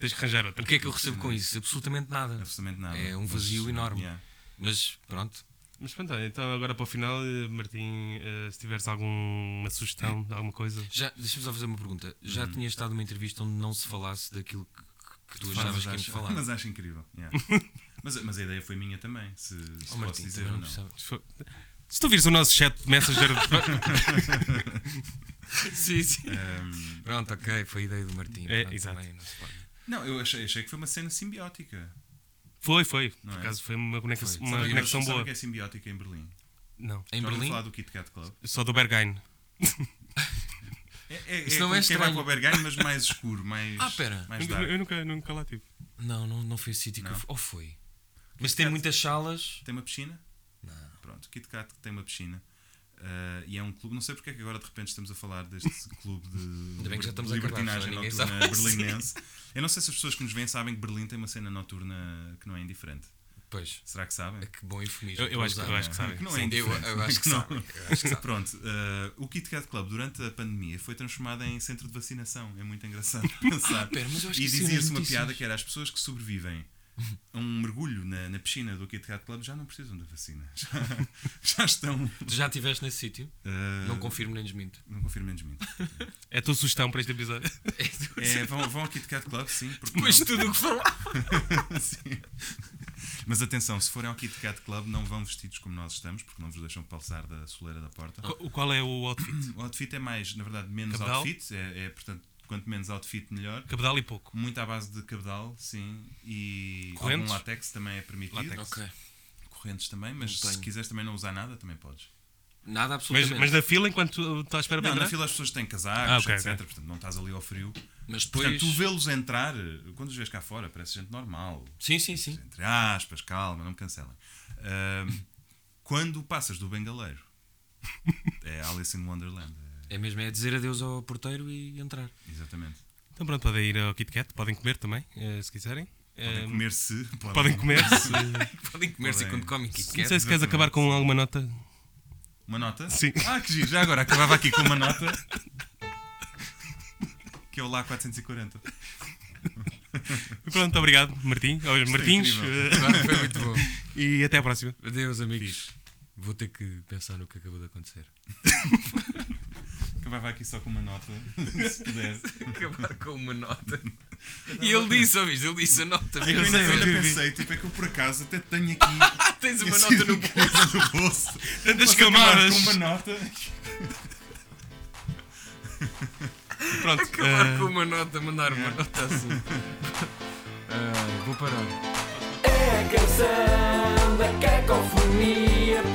Tens que arranjar outra. O que é que eu recebo com isso? Absolutamente nada. Absolutamente nada. É um Mas, vazio enorme. yeah. Mas pronto. Mas pronto, olha, então agora para o final, eh, Martim, eh, se tiveres alguma sugestão de alguma coisa. Já, deixa-me só fazer uma pergunta. Já tinha estado numa entrevista onde não se falasse daquilo que, que- que tu achavas Mas, que íamos acho, falar? mas acho incrível. yeah. mas, mas a ideia foi minha também. Se, se Oh, posso Martim, dizer também ou não não. precisava. Se tu vires o nosso chat de Messenger, sim, sim. Um, Pronto, ok, foi a ideia do Martim. É, Pronto, exato. também não se pode. não, eu achei, achei que foi uma cena simbiótica. foi, foi. Não Por é? acaso foi uma, conexão- Foi. uma Sabe- conexão sabe o boa. que é simbiótica em Berlim? Não, Em Já ouviu Berlim? falar do Kit Kat Club? só do Berghain. É, é, Isso é não como é quem vai estranho. para o Berghain, mas mais escuro, mais. Ah, pera. Mais Eu, dark. eu nunca, nunca lá tive. Não, não, não foi o sítio que eu Não. fui. Ou foi? Mas tem Kat- muitas salas. Tem uma piscina? Não. Pronto, Kit Kat tem uma piscina. Ah, e é um clube, não sei porque é que agora de repente estamos a falar deste clube de Ainda bem que já estamos a acabar, libertinagem senão ninguém noturna sabe. berlinense. Eu não sei se as pessoas que nos veem sabem que Berlim tem uma cena noturna que não é indiferente. Pois. É Será que sabem? Que bom eufemismo. Eu, eu acho, que- eu Vou acho que sabem. Que não é usar. Sim, eu, indiferente. eu acho que Não. sabem. Eu acho que sabem. Pronto, ah, o Kit Kat Club durante a pandemia foi transformado em centro de vacinação. É muito engraçado pensar. Pera, mas eu acho E que isso é dizia-se uma notícias. piada que era as pessoas que sobrevivem a um mergulho na, na piscina do Kit Kat Club já não precisam da vacina. Já, já estão. Tu já estiveste nesse sítio? ah, Não confirmo nem desminto. não confirmo menos mim. É a tua sugestão para este episódio. É, vão, vão ao Kit Kat Club, sim, porque Mas não? tudo o que falar. Sim. Mas atenção, se forem ao Kit Kat Club, não vão vestidos como nós estamos, porque não vos deixam passar da soleira da porta. O qual é o outfit? O outfit é mais, na verdade, menos Cabedal? outfit. É, é, portanto, quanto menos outfit, melhor. Cabedal e pouco. Muito à base de cabedal, sim. E Correntes? algum látex também é permitido. Látex. Ok. Correntes também, mas Não se tenho. quiseres também não usar nada, também podes. Nada Mas, absolutamente. mas na fila, enquanto estás à espera para Não, na entrar? fila as pessoas têm casacos, é? Ah, ok, etc. ok. Portanto, não estás ali ao frio. Mas Portanto, depois. tu vê-los entrar, quando os vês cá fora, parece gente normal. Sim, sim, sim. Entre aspas, calma, não me cancelem. Ahm, quando passas do bengaleiro, é Alice in Wonderland. é, É mesmo, é dizer adeus ao porteiro e entrar. exatamente. Então pronto, podem ir ao Kit Kat, podem comer também, eh, se quiserem. Podem Eh, comer se. podem comer. se- Podem comer-se Podem. quando comem Kit Não sei Kat. se queres acabar com alguma nota. Uma nota? Sim. Ah, que giro, já agora acabava aqui com uma nota. Que é o Lá 440. Pronto, obrigado, Martim. Aos Martins. incrível. eh, Claro, Foi muito bom. E até à próxima. Adeus, amigos. Vou ter que pensar no que acabou de acontecer. Acabava aqui só com uma nota, se pudesse. Acabar com uma nota. E ele disse, ouviste? Ele disse a nota. É que eu sei, ainda eu vi. pensei, tipo, é que eu por acaso até tenho aqui assim Tens uma nota no bolso. no bolso. Tantas Posso acabar camadas. Com uma nota. Pronto. Acabar eh, com uma nota, mandar uma nota assim. Ah, vou parar. É a canção da cacofonia, É